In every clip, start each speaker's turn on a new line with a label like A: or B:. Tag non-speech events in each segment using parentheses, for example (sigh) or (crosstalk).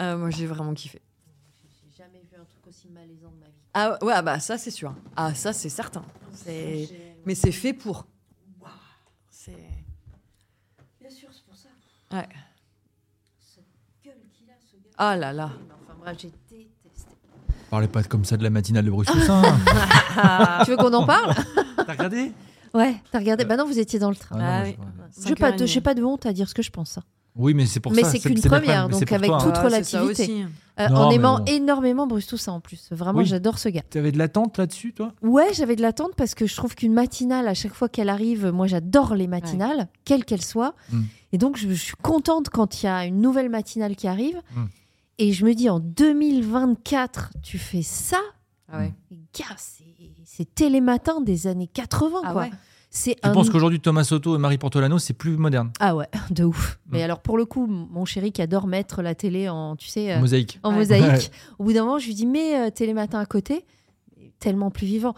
A: Ah, moi, j'ai vraiment kiffé.
B: J'ai jamais vu un truc aussi malaisant de ma vie.
A: Ah ouais, ah bah ça, c'est sûr. Ah, ça, c'est certain. C'est-
B: J'ai-
A: Mais c'est fait pour. C'est.
B: Bien sûr, c'est pour ça.
A: Ouais.
B: Cette gueule qu'il a, ce gars.
A: Ah là là.
B: Mais Enfin bref, j'ai détesté.
C: Parlez pas comme ça de la matinale de Bruce Toussaint.
B: (laughs) Tu veux qu'on en parle
C: (laughs) T'as regardé
B: Ouais, t'as regardé. Bah non, vous étiez dans le
C: Ah
B: train.
C: non,
A: Ah
C: moi,
A: oui.
C: je- ouais.
B: J'ai pas, de- j'ai pas de honte à dire ce que je pense. hein.
C: Oui, mais c'est pour
B: Mais
C: ça.
B: c'est qu'une
C: pas le
B: première,
C: problème, mais
B: donc
C: c'est pour
B: avec
C: toi,
B: toute
C: hein.
A: Ah, c'est ça
B: relativité.
A: aussi.
B: Euh,
C: Non,
B: en
C: mais
B: aimant
C: bon.
B: énormément Bruce Toussaint en plus. Vraiment,
C: Oui.
B: j'adore ce gars.
C: T'avais de l'attente là-dessus, toi
B: Ouais, j'avais de l'attente parce que je trouve qu'une matinale, à chaque fois qu'elle arrive, moi j'adore les matinales, quelles qu'elles soient.
C: Mm.
B: Et donc je, je suis contente quand il y a une nouvelle matinale qui arrive.
C: Mm.
B: Et je me dis, en 2024, tu fais ça
A: Ah ouais.
B: Les Gars, c'est- c'est télématin des années 80.
A: Ah
B: quoi.
A: ouais.
B: C'est
C: Tu
B: un.
C: penses qu'aujourd'hui, Thomas Soto et Marie Portolano, c'est plus moderne
B: Ah ouais, (laughs) de ouf.
C: Mm.
B: Mais alors pour le coup, mon chéri qui adore mettre la télé en, tu sais, euh,
C: Mosaïque.
B: en
A: Ouais.
B: mosaïque.
C: (laughs) Ouais.
B: Au bout d'un moment, je lui dis mais euh, télématin à côté, tellement plus vivant.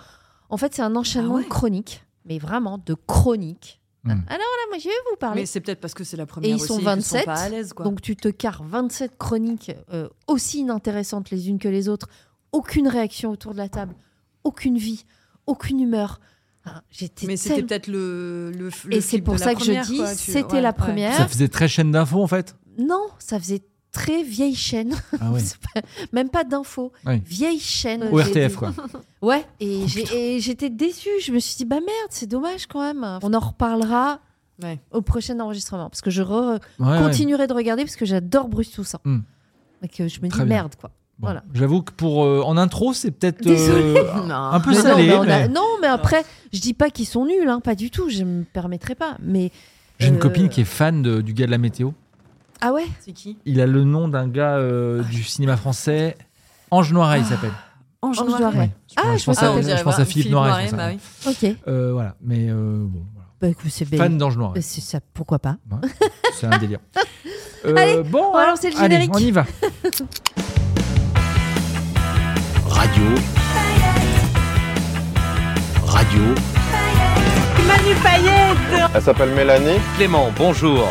B: En fait, c'est un enchaînement
A: Ah ouais.
B: de chroniques, mais vraiment de chroniques.
C: Hmm.
B: Alors là, moi, je vais vous parler.
A: Mais c'est peut-être parce que c'est la première
B: Et ils sont
A: aussi,
B: 27,
A: Ils sont pas à l'aise, quoi.
B: Donc tu te carres 27 chroniques euh, aussi inintéressantes les unes que les autres, aucune réaction autour de la table, aucune vie, aucune humeur. Ah, J'étais
A: mais c'était
B: tellement-
A: peut-être le, le, f- le
B: Et c'est
A: flip
B: pour
A: de
B: ça
A: la
B: que je
A: première,
B: dis,
A: quoi, tu-
B: c'était
A: ouais,
B: la
A: ouais.
B: première.
C: Ça faisait très chaîne d'infos, en fait.
B: Non, ça faisait très vieille chaîne,
C: Ah ouais.
B: (laughs) C'est pas- même pas d'infos,
C: (laughs) Ouais.
B: vieille chaîne.
C: Au
B: Ah, J'ai-
C: RTF,
B: (laughs)
C: quoi.
B: Ouais,
C: Oh,
B: et j'ai- et j'étais déçue. Je me suis dit, bah merde, c'est dommage quand même. On en reparlera
A: Ouais.
B: au prochain enregistrement. Parce que je re-
C: Ouais, ouais.
B: continuerai de regarder parce que j'adore Bruce Toussaint.
C: Hmm.
B: Et que je me dis,
C: Très bien.
B: merde, quoi.
C: Bon,
B: Voilà.
C: J'avoue que pour euh, en intro, c'est peut-être euh,
B: Désolée.
C: un peu
A: Mais
B: Mais (laughs) non,
C: salé.
B: mais on a-
C: mais Ah.
B: non, mais après, je dis pas qu'ils sont nuls, hein, pas du tout. Je me permettrai pas. Mais
C: J'ai une
B: euh,
C: copine qui est fan de- du gars de la météo.
B: ah ouais,
A: C'est qui
C: Il a le nom d'un gars euh, du cinéma français. Ange Noiret, il s'appelle.
B: Ange Noiret.
C: Ouais.
B: Ah,
C: je pense,
B: je
C: à,
B: pensais-
C: je pense à Philippe Noiret. je pense à-
A: bah oui.
B: ok.
C: Euh, voilà, mais euh, bon, voilà.
B: Bah écoute, c'est
C: fan
B: belle. Bah,
C: d'Ange Noiret.
B: C'est ça, pourquoi pas
C: Ouais, c'est un (laughs) délire. Euh,
B: Allez,
C: bon,
B: on va lancer le
C: allez,
B: générique.
C: on y va.
D: Radio. Radio.
E: Elle s'appelle Mélanie.
D: Clément, bonjour.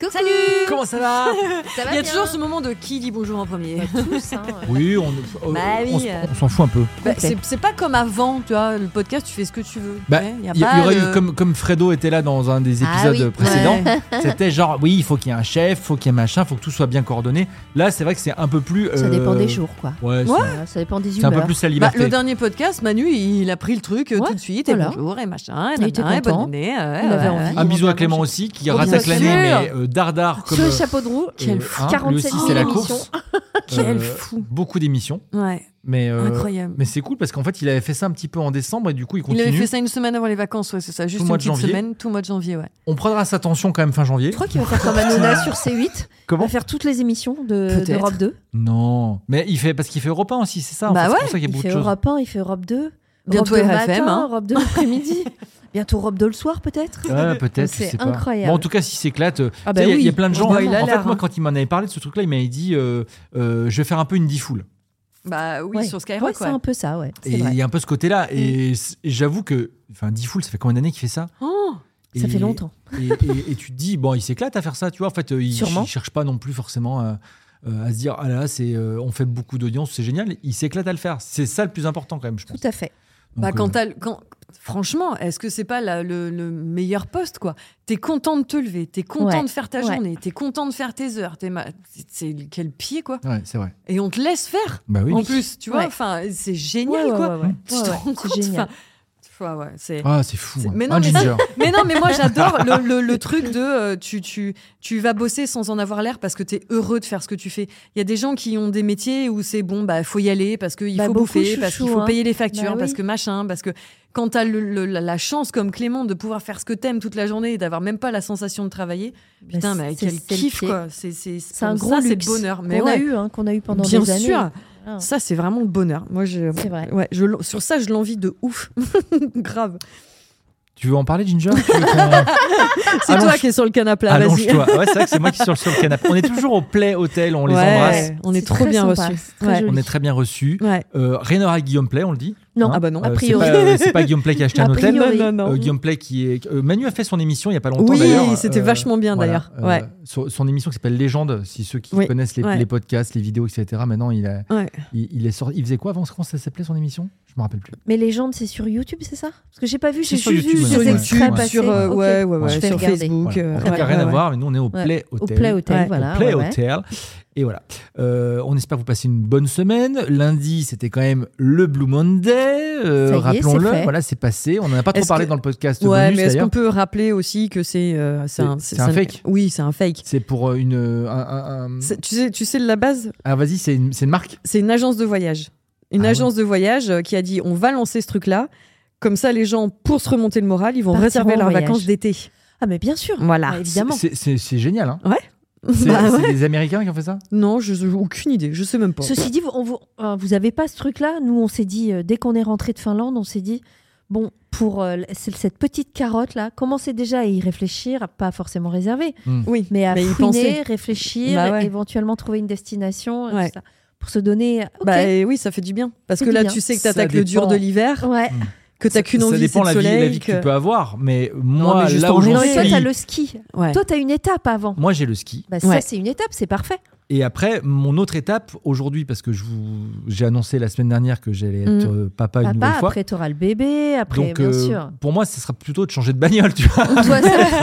B: Coucou
A: Salut
C: Comment ça va
B: Ça va
A: Il y a
B: bien
A: toujours ce moment de qui dit bonjour en premier.
B: Tous, hein, euh.
C: (laughs) Oui, on, euh,
A: Bah
C: on
A: oui,
C: s-
A: euh.
C: on s'en fout un peu.
A: Bah, c'est c'est pas comme avant, tu vois, le podcast, tu fais ce que tu veux.
C: Bah,
A: Ouais, y a
C: Il y,
A: pas
C: il y aurait
A: de-
C: eu, comme, comme Fredo était là dans un des
B: Ah
C: épisodes
B: oui.
C: précédents,
A: (laughs)
C: c'était genre, oui, il faut qu'il y ait un chef, faut qu'il y ait machin, faut que tout soit bien coordonné. Là, c'est vrai que c'est un peu plus.
B: Ça
C: euh,
B: dépend des jours, quoi.
C: Ouais, c'est-
B: Voilà, ça dépend des
C: c'est un
B: humeurs.
C: peu plus la
A: Bah,
C: liberté.
A: le dernier podcast, Manu, il a pris le truc euh,
B: Ouais,
A: tout de suite,
B: voilà.
A: et bonjour, et machin, et,
B: Il était
A: nanana, et bonne
B: content.
A: année, ouais,
B: Il
A: ouais,
B: avait
A: ouais.
B: envie.
C: Un bisou à
B: Vraiment,
C: Clément
B: j'ai-
C: aussi, qui
B: Oh,
C: rattaque
B: bien
C: l'année,
B: sûr.
C: mais euh, dardard comme.
B: Sur le
C: euh,
B: chapeau de roue, quel
C: euh, hein, lui
B: 47
C: aussi, c'est la
B: 000
C: course.
B: émissions.
A: (laughs) Quel
C: euh,
A: fou.
C: Beaucoup d'émissions,
A: Ouais,
C: mais. euh,
A: incroyable.
C: Mais c'est cool parce qu'en fait, il avait fait ça un petit peu en décembre et du coup, il
A: Il avait
C: continue.
A: fait ça une semaine avant les vacances, ouais, c'est ça, juste
C: le
A: une
C: mois de
A: petite
C: janvier.
A: semaine, tout mois de janvier, ouais.
C: On prendra sa tension quand même fin janvier.
B: Je crois qu'il va faire comme Hanouna sur C8. Il
C: Comment
B: va faire toutes les émissions de-
A: Peut-être.
B: d'Europe 2.
C: Non, mais il fait parce qu'il fait Europe 1 aussi, c'est ça. en
A: Bah
C: fait,
A: ouais,
C: c'est pour ça qu'il y a
B: Il
C: beaucoup de
B: fait
C: choses.
B: Europe 1, il fait Europe 2.
A: Bientôt
B: Europe 2
A: RFM,
B: matin,
A: hein.
B: Europe 2 (laughs) l'après-midi. Bientôt Europe 2 le soir, peut-être.
C: Ouais, peut-être,
B: C'est
C: je sais pas.
B: incroyable.
C: Bon, en tout cas, s'il s'éclate, euh,
B: Ah
C: tu sais,
B: bah
C: il y a- il y a
B: oui,
C: plein de gens.
B: évidemment. Il a
C: en fait,
B: l'air,
C: moi,
B: hein.
C: quand il m'en avait parlé de ce truc-là, il m'avait dit euh, euh, Je vais faire un peu une difoule.
A: Bah oui,
B: Ouais.
A: sur
B: Ouais,
A: Skyrock,
B: c'est
A: ouais.
B: un peu ça, ouais.
C: Et
B: C'est
C: il
B: vrai. Mm.
C: y a un peu ce côté-là. Et, c- et j'avoue que. Enfin, difoule, ça fait combien d'années qu'il fait ça
A: Oh,
B: Ça
C: Et-
B: fait longtemps.
C: Et, et- et tu te dis Bon, il s'éclate à faire ça, tu vois. En fait, euh, il,
B: Sûrement.
C: ch- il cherche pas non plus forcément à, euh, à se dire Ah là, là, c'est, euh, on fait beaucoup d'audience, c'est génial. Il s'éclate à le faire. C'est ça le plus important, quand même, je pense.
B: Tout à fait.
A: bah,
C: Donc,
A: quand
C: euh,
A: t'as le- quand- Franchement, est-ce que c'est pas la- le, le meilleur poste, quoi T'es content de te lever, t'es content
B: Ouais,
A: de faire ta
B: ouais.
A: journée, t'es content de faire tes heures, t'es ma- c'est- c'est quel pied, quoi
C: Ouais, c'est vrai.
A: Et on te laisse faire
C: Bah oui.
A: En plus, tu vois,
B: Ouais.
A: enfin, c'est
B: Ouais,
A: génial,
B: ouais,
A: quoi.
B: ouais, ouais.
A: Tu
B: Ouais,
A: te
B: ouais,
A: rends
B: c'est
A: compte
B: génial.
A: enfin, fois, ouais. C'est.
C: Ah, c'est fou.
A: C'est-
C: hein.
A: mais non,
C: Ah,
A: mais-
C: Ginger.
A: Mais non, mais moi j'adore le, le- (laughs) le truc de euh, tu, tu, tu vas bosser sans en avoir l'air parce que t'es heureux de faire ce que tu fais. Il y a des gens qui ont des métiers où c'est bon, bah faut y aller parce qu'il
B: Bah,
A: faut
B: beaucoup,
A: bouffer,
B: chouchou,
A: parce qu'il faut
B: hein.
A: payer les factures,
B: Bah oui.
A: parce que machin, parce que quand t'as le- le- la, la chance comme Clément de pouvoir faire ce que t'aimes toute la journée et d'avoir même pas la sensation de travailler, putain, mais
B: Bah, c'est-
A: quel
B: c'est le
A: kiff
B: pied.
A: quoi. C'est c'est-
B: C'est un
A: ça,
B: gros
A: c'est le
B: luxe
A: bonheur. Mais
B: qu'on a
A: ouais,
B: eu, hein, qu'on a eu pendant
A: bien
B: des années.
A: sûr,
B: Voilà.
A: ça c'est vraiment le bonheur. Moi je,
B: C'est vrai.
A: ouais, je l'en- sur ça je l'envie de ouf, (laughs) grave.
C: Tu veux en parler, Ginger Tu veux qu'on-
A: C'est
C: Allonge-
A: toi qui es sur le canapé (laughs) là, vas-y.
C: Allonge-toi. Ouais, c'est vrai que c'est moi qui suis sur le sur le canapé. On est toujours au Play Hotel, on les
A: Ouais,
C: embrasse.
A: On est,
B: C'est
A: trop
B: très
A: bien
B: sympa,
A: reçus.
B: c'est très
A: Ouais.
B: joli.
C: On est très bien reçus.
A: Ouais.
C: Euh, rien à voir avec Guillaume Play, on le dit.
B: Non.
A: Ah bah non.
B: A
C: Euh,
B: priori.
C: C'est pas, euh, c'est pas Guillaume Play qui a acheté un
B: A
C: hôtel.
B: priori.
A: Non, Ah non, non.
C: Euh, Guillaume Play qui est. euh, Manu a fait son émission il y a pas longtemps
A: Oui,
C: d'ailleurs. Euh,
A: c'était vachement bien, d'ailleurs. Ouais.
C: Son, son émission qui s'appelle Légende, si ceux qui
A: Oui,
C: connaissent les,
A: ouais.
C: les podcasts, les vidéos, etc. Maintenant, il, a-
A: Ouais.
C: il, il est sorti. Il faisait quoi avant Comment ça s'appelait son émission Je me rappelle plus.
B: Mais Légende, c'est sur YouTube, c'est ça Parce que j'ai pas vu,
C: C'est
B: j'ai
C: sur
B: juste vu
C: YouTube,
B: des
C: ouais.
B: extraits
C: YouTube,
B: passer.
A: sur, euh,
B: Ok.
A: ouais, ouais, ouais,
B: Je vais
A: sur
B: regarder.
A: Facebook.
C: Voilà.
A: euh,
C: En tout cas,
A: ouais,
C: rien
A: ouais,
C: à
A: ouais.
C: voir, mais nous, on est au
B: Ouais.
C: Play
B: Au
C: Hotel.
B: Play Hotel,
A: Ouais.
B: voilà.
C: au Play
B: ouais, ouais.
C: Hotel. Et voilà. Euh, on espère que vous passez une bonne semaine. Lundi, c'était quand même le Blue Monday. euh,
B: Ça y est,
C: Rappelons-le.
B: c'est fait.
C: Voilà, c'est passé. On n'en a pas trop
A: Est-ce
C: parlé
A: que-
C: dans le podcast
A: Ouais,
C: bonus
A: mais est-ce qu'on
C: d'ailleurs.
A: peut rappeler aussi que c'est euh, c'est un,
C: C'est- c'est un
A: ça-
C: fake.
A: Oui, c'est un fake.
C: C'est pour une. euh, un- un- un-
A: C'est- Tu sais, tu sais, la base,
C: Ah, vas-y, c'est une, c'est une marque.
A: c'est une agence de voyage. Une
C: Ah ouais.
A: agence de voyage euh, qui a dit on va lancer ce truc-là. Comme ça, les gens, pour se remonter le moral, ils vont
B: Partiront
A: réserver
B: en
A: leurs
B: voyage.
A: vacances d'été.
B: Ah, mais bien sûr.
A: Voilà.
B: Ah, évidemment.
C: C'est- C'est c'est génial. Hein. (laughs) C'est
A: Bah
C: c'est
A: ouais.
C: des Américains qui ont fait ça
A: Non, je j'ai aucune idée. Je sais même pas.
B: Ceci dit, vous, on vous, euh, vous avez pas ce truc-là. Nous, on s'est dit, euh, dès qu'on est rentré de Finlande, on s'est dit, bon, pour euh, c'est- cette petite carotte-là, commencez déjà à y réfléchir, à pas forcément réserver,
A: Oui,
B: mais à
A: Mais y
B: fouiner,
A: penser.
B: réfléchir,
A: Bah ouais.
B: éventuellement trouver une destination, et
A: Ouais.
B: tout ça, pour se donner. Ok.
A: Bah euh, oui, ça fait du bien. Parce
B: C'est
A: que
B: du
A: là,
B: bien.
A: tu sais que
C: Ça
A: t'attaques le dur
C: dépend.
A: de l'hiver,
B: ouais.
A: que t'as qu'une
C: Ça
A: envie, c'est
C: dépend
A: le
C: la vie, la
A: soleil.
C: vie que...
A: que-
C: tu peux avoir. Mais moi,
A: mais juste
C: là
A: en
C: où
B: Mais
C: j'en
B: non, mais toi,
C: suis,
B: t'as le ski.
A: Ouais.
B: Toi, t'as une étape avant.
C: moi j'ai le ski.
B: Bah, Ça,
A: Ouais.
B: c'est une étape, c'est parfait.
C: Et après, mon autre étape aujourd'hui, parce que je vous- j'ai annoncé la semaine dernière que j'allais être
A: Mm.
C: euh, papa, une nouvelle
B: Papa,
C: fois.
B: Ah, après, t'auras le bébé, après,
C: Donc,
B: bien
C: euh,
B: sûr.
C: pour moi, ce sera plutôt de changer de bagnole, tu vois.
B: (laughs) Toi, ça-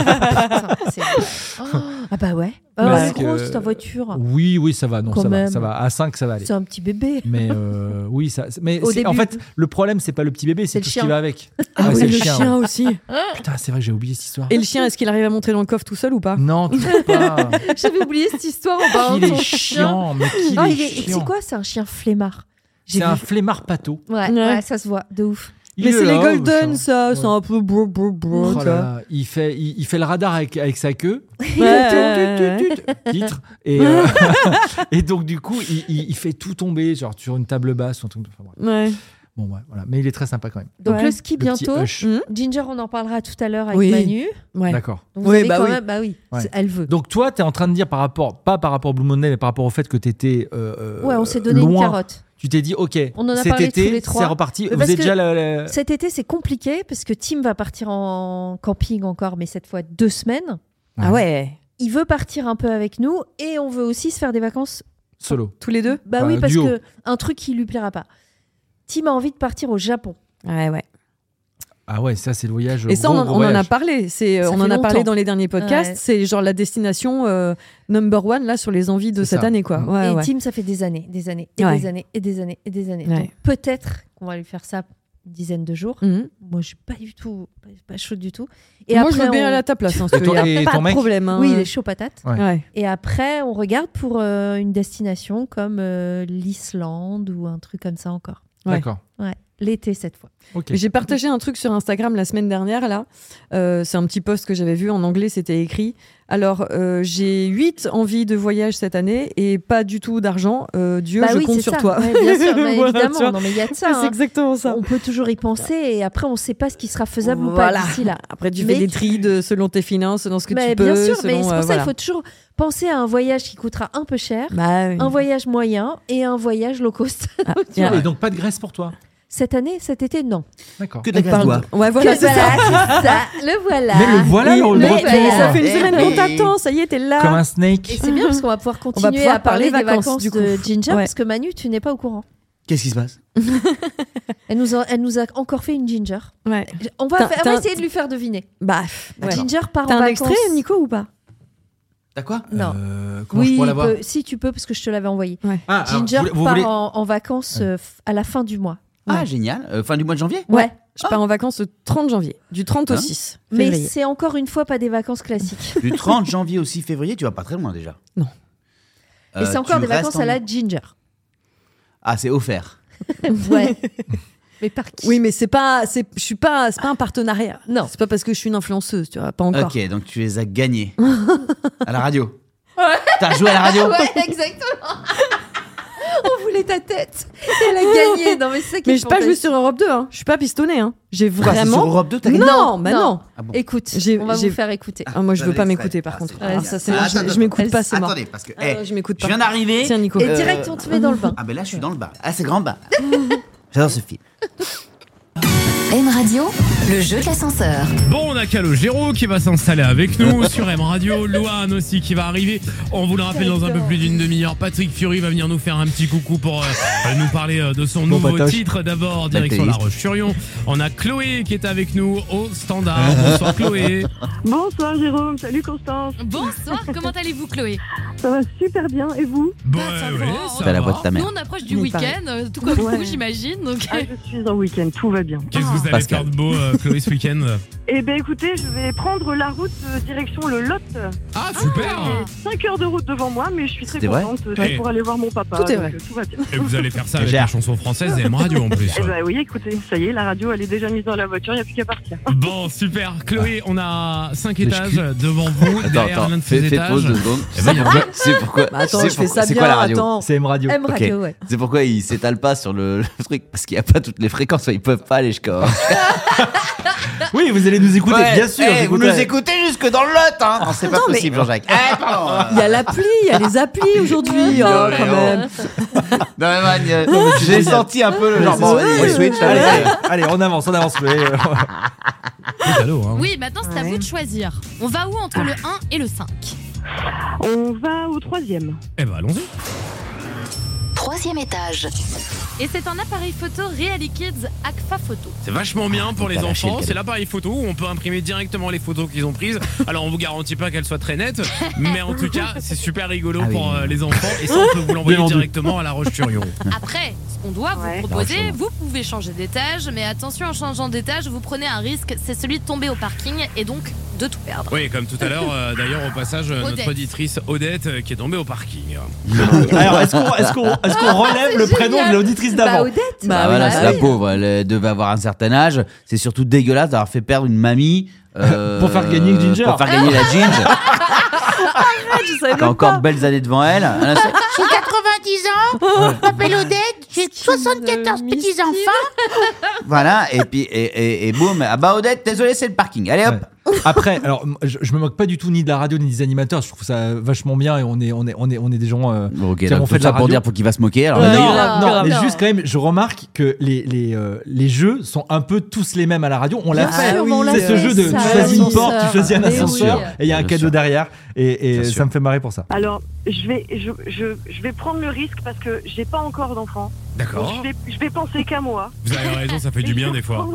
B: Putain, c'est- (laughs) Oh, ah bah ouais. Oh,
C: Parce
B: elle est
C: que-
B: grosse ta voiture.
C: Oui, oui, ça va, non,
B: Quand
C: ça va,
B: même.
C: ça va. À 5, ça va aller.
B: C'est un petit bébé.
C: Mais euh, oui, ça. Mais
B: Au
C: c'est- en
B: début.
C: fait, le problème, c'est pas le petit bébé, c'est
B: C'est le
C: tout ce
B: chien.
C: qui va avec.
A: Ah
C: Ouais,
A: oui,
C: c'est
A: le chien,
C: ouais.
A: aussi.
C: Putain, c'est vrai que j'ai oublié cette histoire.
A: (laughs) Et le chien, est-ce qu'il arrive à monter dans le coffre tout seul ou pas
C: Non, toujours pas.
B: (laughs) J'avais oublié cette histoire en parlant
C: il
B: de
C: est
B: son chien.
C: chiant, mais qu'il
B: Ah,
C: est
B: il est-
C: chiant.
B: C'est quoi C'est un chien flemmard. J'ai
C: C'est un
B: vu.
C: flemmard pâteau.
B: Ouais,
A: Ouais.
B: ouais, ça se voit, de ouf.
C: Il
A: Mais
C: est
A: c'est
C: là,
A: les
C: oh,
A: Golden,
C: chien.
A: ça. C'est
C: Ouais.
A: un peu brou, brou, brou.
C: Oh
A: tu vois.
C: là là, il fait, il, il fait le radar avec, avec sa queue.
A: Ouais.
C: Tut, tut, tut, tut, titre.
B: (laughs)
C: Et, euh, (laughs) et donc, du coup, il, il- il fait tout tomber, genre sur une table basse. ou un truc de- enfin, bref.
A: Ouais.
C: Bon, ouais, voilà. Mais il est très sympa quand même.
B: Donc
A: Ouais.
B: le ski
C: Le petit
B: bientôt.
C: Hush.
A: Mm.
B: Ginger, on en parlera tout à l'heure avec
A: Oui.
B: Manu.
A: Ouais.
C: D'accord.
B: Donc vous
A: Oui,
B: avez
A: bah
B: quand
A: oui.
B: même- bah oui,
C: Ouais.
B: c'est- elle veut.
C: Donc, toi, tu es en train de dire par rapport, pas par rapport au Blue Monday, mais par rapport au fait que tu étais. euh,
B: ouais, on s'est donné une
C: loin.
B: carotte.
C: Tu t'es dit, OK,
B: On en a
C: cet
B: parlé tous
C: été,
B: les trois.
C: c'est reparti.
B: Mais
C: Vous
B: parce
C: êtes
B: que
C: déjà. la- la-
B: Cet été, c'est compliqué parce que Tim va partir en camping encore, mais cette fois deux semaines.
A: Ah ouais.
B: Il veut partir un peu avec nous et on veut aussi se faire des vacances
C: Solo.
A: Tous les deux
B: Bah
C: Bah,
B: oui, parce
C: duo.
B: que un truc qui lui plaira pas. Tim a envie de partir au Japon.
A: Ouais, ouais.
C: Ah ouais, ça, c'est le voyage.
A: Et ça,
C: gros,
A: on, en-
C: gros
A: on en a
C: voyage.
A: parlé. C'est, euh,
B: Ça
A: on
B: fait
A: en a parlé
B: longtemps.
A: dans les derniers podcasts.
B: Ouais.
A: C'est genre la destination euh, number one là sur les envies de
C: C'est
A: cette
C: ça.
A: année, quoi.
C: Mm.
A: Ouais,
B: et
A: ouais.
B: Tim, ça fait des années, des années, et
A: Ouais.
B: des années, et des années, et des années.
A: Ouais.
B: Donc, peut-être qu'on va lui faire ça une dizaine de jours.
A: Mhm.
B: Moi, je suis pas du tout, pas, pas chaude du tout. Et
A: Moi,
B: après,
A: je veux bien
B: on-
A: aller à ta place. Hein,
C: Et toi-
A: y a
C: et
A: pas
C: ton
A: de
C: mec
A: problème. hein.
B: Oui, il est chaud patate.
C: Ouais.
A: Ouais.
B: Et après, on regarde pour euh, une destination comme euh, l'Islande ou un truc comme ça encore.
A: Ouais.
C: D'accord.
B: Ouais, l'été cette fois.
C: OK.
A: J'ai partagé un truc sur Instagram la semaine dernière, là. Euh, c'est un petit post que j'avais vu en anglais, c'était écrit. Alors, euh, j'ai 8 envies de voyage cette année et pas du tout d'argent. Euh, Dieu,
B: bah
A: je
B: oui,
A: compte
B: c'est
A: sur
B: ça.
A: toi.
B: Ouais, bien
A: (laughs)
B: sûr,
A: Voilà, tu
B: mais
A: vois.
B: évidemment. Non, mais il y a de ça.
A: Mais (laughs) C'est
B: hein.
A: exactement ça.
B: On peut toujours y penser et après, on ne sait pas ce qui sera faisable ou
A: Voilà.
B: pas d'ici là.
A: Après, tu
B: Mais-
A: fais des tri de- selon tes finances, selon ce que
B: mais
A: tu peux.
B: bien sûr, mais c'est
A: selon,
B: pour
A: euh,
B: ça
A: voilà.
B: qu'il faut toujours penser à un voyage qui coûtera un peu cher,
A: Bah, oui.
B: un voyage moyen et un voyage low cost. (laughs)
A: Ah,
B: Tu vois.
C: Et donc, pas de Grèce pour toi.
B: Cette année, cet été, non.
C: D'accord.
D: Que de la
A: Parle-
D: glace
A: Ouais, (laughs) voilà,
B: Que
A: c'est ça. (laughs)
B: voilà, c'est ça, Le voilà.
C: Mais le voilà,
A: Et-
C: le
A: mais-
C: retour.
A: mais ça fait une
D: Eh
A: semaine
D: oui.
A: qu'on t'attend, ça y est, t'es là.
C: Comme un snake.
B: Et c'est bien parce qu'on
A: (laughs)
B: va pouvoir continuer
A: pouvoir
B: à parler
A: parler
B: des
A: vacances,
B: vacances,
A: du coup.
B: de Ginger
A: Ouais.
B: parce que Manu, tu n'es pas au courant.
D: Qu'est-ce qui se passe
B: (laughs) Elle nous a, elle nous a encore fait une Ginger.
A: Ouais.
B: On va,
A: T'as-
B: faire- on
A: t'as-
B: va essayer de lui faire deviner.
A: Bah, pff, ouais.
B: Ginger part
A: T'as un
B: en vacances.
A: extrait, Nico, ou pas
D: T'as quoi
B: Non.
C: Euh, comment je
B: oui,
C: pourrais l'avoir
B: peut- si tu peux parce que je te l'avais envoyé.
C: Ah, alors,
B: Ginger
C: vous voulez- vous
B: part
C: voulez-
B: en, en vacances euh, f- à la fin du mois.
D: Ah, génial. Euh, fin du mois de janvier
B: Ouais.
A: Je pars en vacances le 30 janvier, du 30 au
D: Hein
A: 6
B: Mais
A: février.
B: c'est encore une fois pas des vacances classiques.
D: Du 30 janvier au 6 février, tu vas pas très loin déjà.
A: Non.
D: Euh,
B: Et c'est encore
D: tu
B: des vacances
D: restes en-
B: à la
D: (laughs)
B: Ginger.
D: Ah, c'est offert.
B: Ouais. Mais par qui (laughs)
A: Oui, (laughs) mais c'est pas, c'est, je suis pas, c'est pas un partenariat.
B: Non.
A: c'est pas parce que je suis une influenceuse, tu vois, pas encore.
D: Ok, donc tu les as gagnés.
A: (laughs)
D: à la radio. T'as joué à la radio
A: Ah
B: Ah Ouais, exactement. (laughs) On voulait ta tête. Et elle a gagné. Non, mais c'est ça qui
A: Mais
B: est
A: je suis pas joué
B: fantastique.
A: sur Europe 2, hein. Je suis pas pistonnée, hein. J'ai
D: Quoi, c'est Sur
A: vraiment.
D: Europe 2, t'as
A: non,
D: gagné
A: bah
B: Non.
A: non.
D: Ah bon.
B: Écoute,
A: J'ai-
B: on va
A: j'ai-
B: vous faire écouter.
A: Ah, moi, je
D: Ah,
A: veux pas
D: c'est
A: m'écouter,
D: vrai.
A: par
D: Ah,
A: contre.
D: c'est
A: Alors,
D: génial.
A: ça, c'est moi,
D: Attends,
A: je, je
D: attends.
A: m'écoute pas, c'est mort.
D: Attendez, parce que.
A: Ah,
D: eh,
A: ouais, je m'écoute
D: je
A: pas.
D: viens d'arriver.
A: Tiens, Nico.
B: Et
D: Euh,
B: direct, on te met dans le bain.
D: Ah, ben là, je suis dans le bas. Ah, c'est
A: (laughs)
D: grand bas. J'adore ce film.
F: M Radio, le jeu de l'ascenseur.
G: Bon, on a Calogero qui va s'installer avec nous sur M Radio, Loane aussi qui va arriver. On vous le rappelle dans un peu plus d'une demi-heure. Patrick Fury va venir nous faire un petit coucou pour euh, euh, nous parler euh, de son
C: Bon
G: nouveau
C: patoche.
G: titre. D'abord, direction La
D: Baptiste.
G: Roche-sur-Yon. On a Chloé qui est avec nous au
C: (laughs)
G: standard. Bonsoir Chloé.
H: Bonsoir Jérôme, salut Constance.
F: Bonsoir, comment allez-vous Chloé
H: Ça va super bien et vous
G: Bon, euh,
F: ça
G: ouais,
F: va.
G: ça
D: T'as la
G: va.
D: voix de ta
F: Nous
D: mère.
F: on approche du
A: Mais
F: week-end, euh, tout comme
H: Ouais.
F: vous j'imagine. Donc...
H: Ah, je suis en week-end, tout va bien.
G: Qu'est-ce que vous allez
D: Pascal.
G: faire de beau, euh, Chloé, ce week-end
H: Eh ben écoutez, je vais prendre la route euh, direction le Lot.
G: Ah, super
F: Ah.
H: 5 heures de route devant moi, mais je
G: Oh,
H: suis très
D: C'est vrai
H: contente euh,
G: Ouais.
H: pour aller voir mon papa.
A: Tout est
H: donc,
A: vrai.
H: euh, tout va bien.
G: Et vous allez faire ça avec
D: Gère.
G: la chanson française et M Radio en plus.
H: (laughs) Eh ben oui, écoutez, ça y est, la radio elle est déjà mise dans la voiture, il n'y a plus qu'à partir.
G: Bon, super. Chloé, on a 5
C: Mais je
G: étages devant vous. derrière l'un de ces
E: fais, fais
G: étages.
E: pause deux secondes.
G: Eh ben, il y a-
D: (laughs)
E: C'est pourquoi.
A: Bah, attends,
E: c'est
A: je fais
E: pourquoi-
A: ça
E: c'est
A: bien.
E: quoi la radio
A: attends.
C: C'est M Radio.
A: M Radio, ouais.
E: C'est pourquoi ils s'étalent pas sur
D: (laughs)
E: le, le truc parce qu'il n'y a pas toutes les fréquences, ils peuvent pas aller jusqu'à.
D: Bah,
C: Oui, vous allez nous écouter,
D: Ouais,
C: bien sûr.
D: eh, vous nous
C: j'écouterai.
D: écoutez jusque dans le lot, hein Non, c'est pas
A: Attends, mais-
D: possible, Jean-Jacques. Eh, pardon
A: Il y a l'appli, il y
D: Ah.
A: a les applis
D: (laughs)
A: aujourd'hui,
D: Non,
A: hein,
D: mais
A: quand
D: non.
A: même.
D: Non, mais man, euh, j'ai senti un peu le genre.
C: c'est
D: Bon,
C: ça.
D: allez,
C: Oui,
D: switch,
C: Allez,
D: allez.
C: allez, on avance, on avance. mais, euh,
G: Allô, hein.
F: Oui, maintenant c'est à vous de choisir. On va où entre le 1 et le 5
H: On va au troisième.
G: Eh ben, allons-y.
F: Troisième étage. Et c'est un appareil photo Realikids Agfa Photo.
G: C'est vachement bien pour les
D: T'as lâché
G: enfants.
D: le
G: C'est l'appareil photo où on peut imprimer directement les photos qu'ils ont prises. Alors on vous garantit pas qu'elles soient
F: (laughs)
G: très nettes, mais en tout cas c'est super rigolo
D: Ah oui.
G: pour euh, les enfants. Et ça on peut vous l'envoyer
C: Bien vendu.
G: directement à La Roche-sur-Yon.
F: Après, ce qu'on doit
H: Ouais.
F: vous proposer, vous pouvez changer d'étage, mais attention, en changeant d'étage, vous prenez un risque, c'est celui de tomber au parking et donc de tout perdre.
G: Oui, comme tout à l'heure. euh, D'ailleurs au passage euh,
F: Odette.
G: notre auditrice Odette euh, qui est tombée au parking.
C: Alors, est-ce qu'on est-ce qu'on- est-ce qu'on relève le prénom de l'auditrice
B: Bah,
C: d'avant
B: Odette
A: Bah,
D: Ah,
A: oui,
D: voilà,
A: bah
D: c'est la pauvre. Elle devait avoir un certain âge. C'est surtout dégueulasse d'avoir fait perdre une mamie. euh,
C: Pour faire gagner Ginger.
D: Pour faire gagner la Ginger.
A: Je savais
D: qui a
A: même
D: encore
A: pas.
D: de belles années devant elle. Elle a-
H: J'ai 90 ans, je m'appelle Odette, j'ai
A: 74 petits
H: enfants.
D: voilà, et puis, et, et, et boum. Ah bah, Odette, désolé, c'est le parking. Allez hop.
C: Ouais. Après, alors m- je, je me moque pas du tout ni de la radio ni des animateurs. Je trouve ça vachement bien et on est on est on est on est des gens. euh,
D: Bon, ok,
C: Tiens,
D: donc
C: on
D: tout
C: fait de la
D: ça pour
C: radio.
D: dire pour qu'il va se moquer. Alors,
C: Non,
D: vas-y.
A: grave,
C: non,
A: grave.
C: mais
A: Non.
C: juste quand même, je remarque que les les euh, les jeux sont un peu tous les mêmes à la radio. On l'a
B: Bien
C: fait.
B: sûr, mais on l'a
C: C'est ce
B: fait,
C: jeu de tu
B: ça,
C: choisis une porte, tu
B: l'ascenseur.
C: choisis un
B: Mais oui.
C: ascenseur et il y a un
D: Bien
C: cadeau
D: sûr.
C: derrière et, et
D: Bien
C: ça
D: sûr.
C: me fait marrer pour ça.
H: Alors, je vais, je, je, je vais prendre le risque parce que j'ai pas encore d'enfant. Donc,
G: D'accord.
H: je, vais, je vais penser qu'à moi.
G: Vous avez raison, ça fait du bien des fois.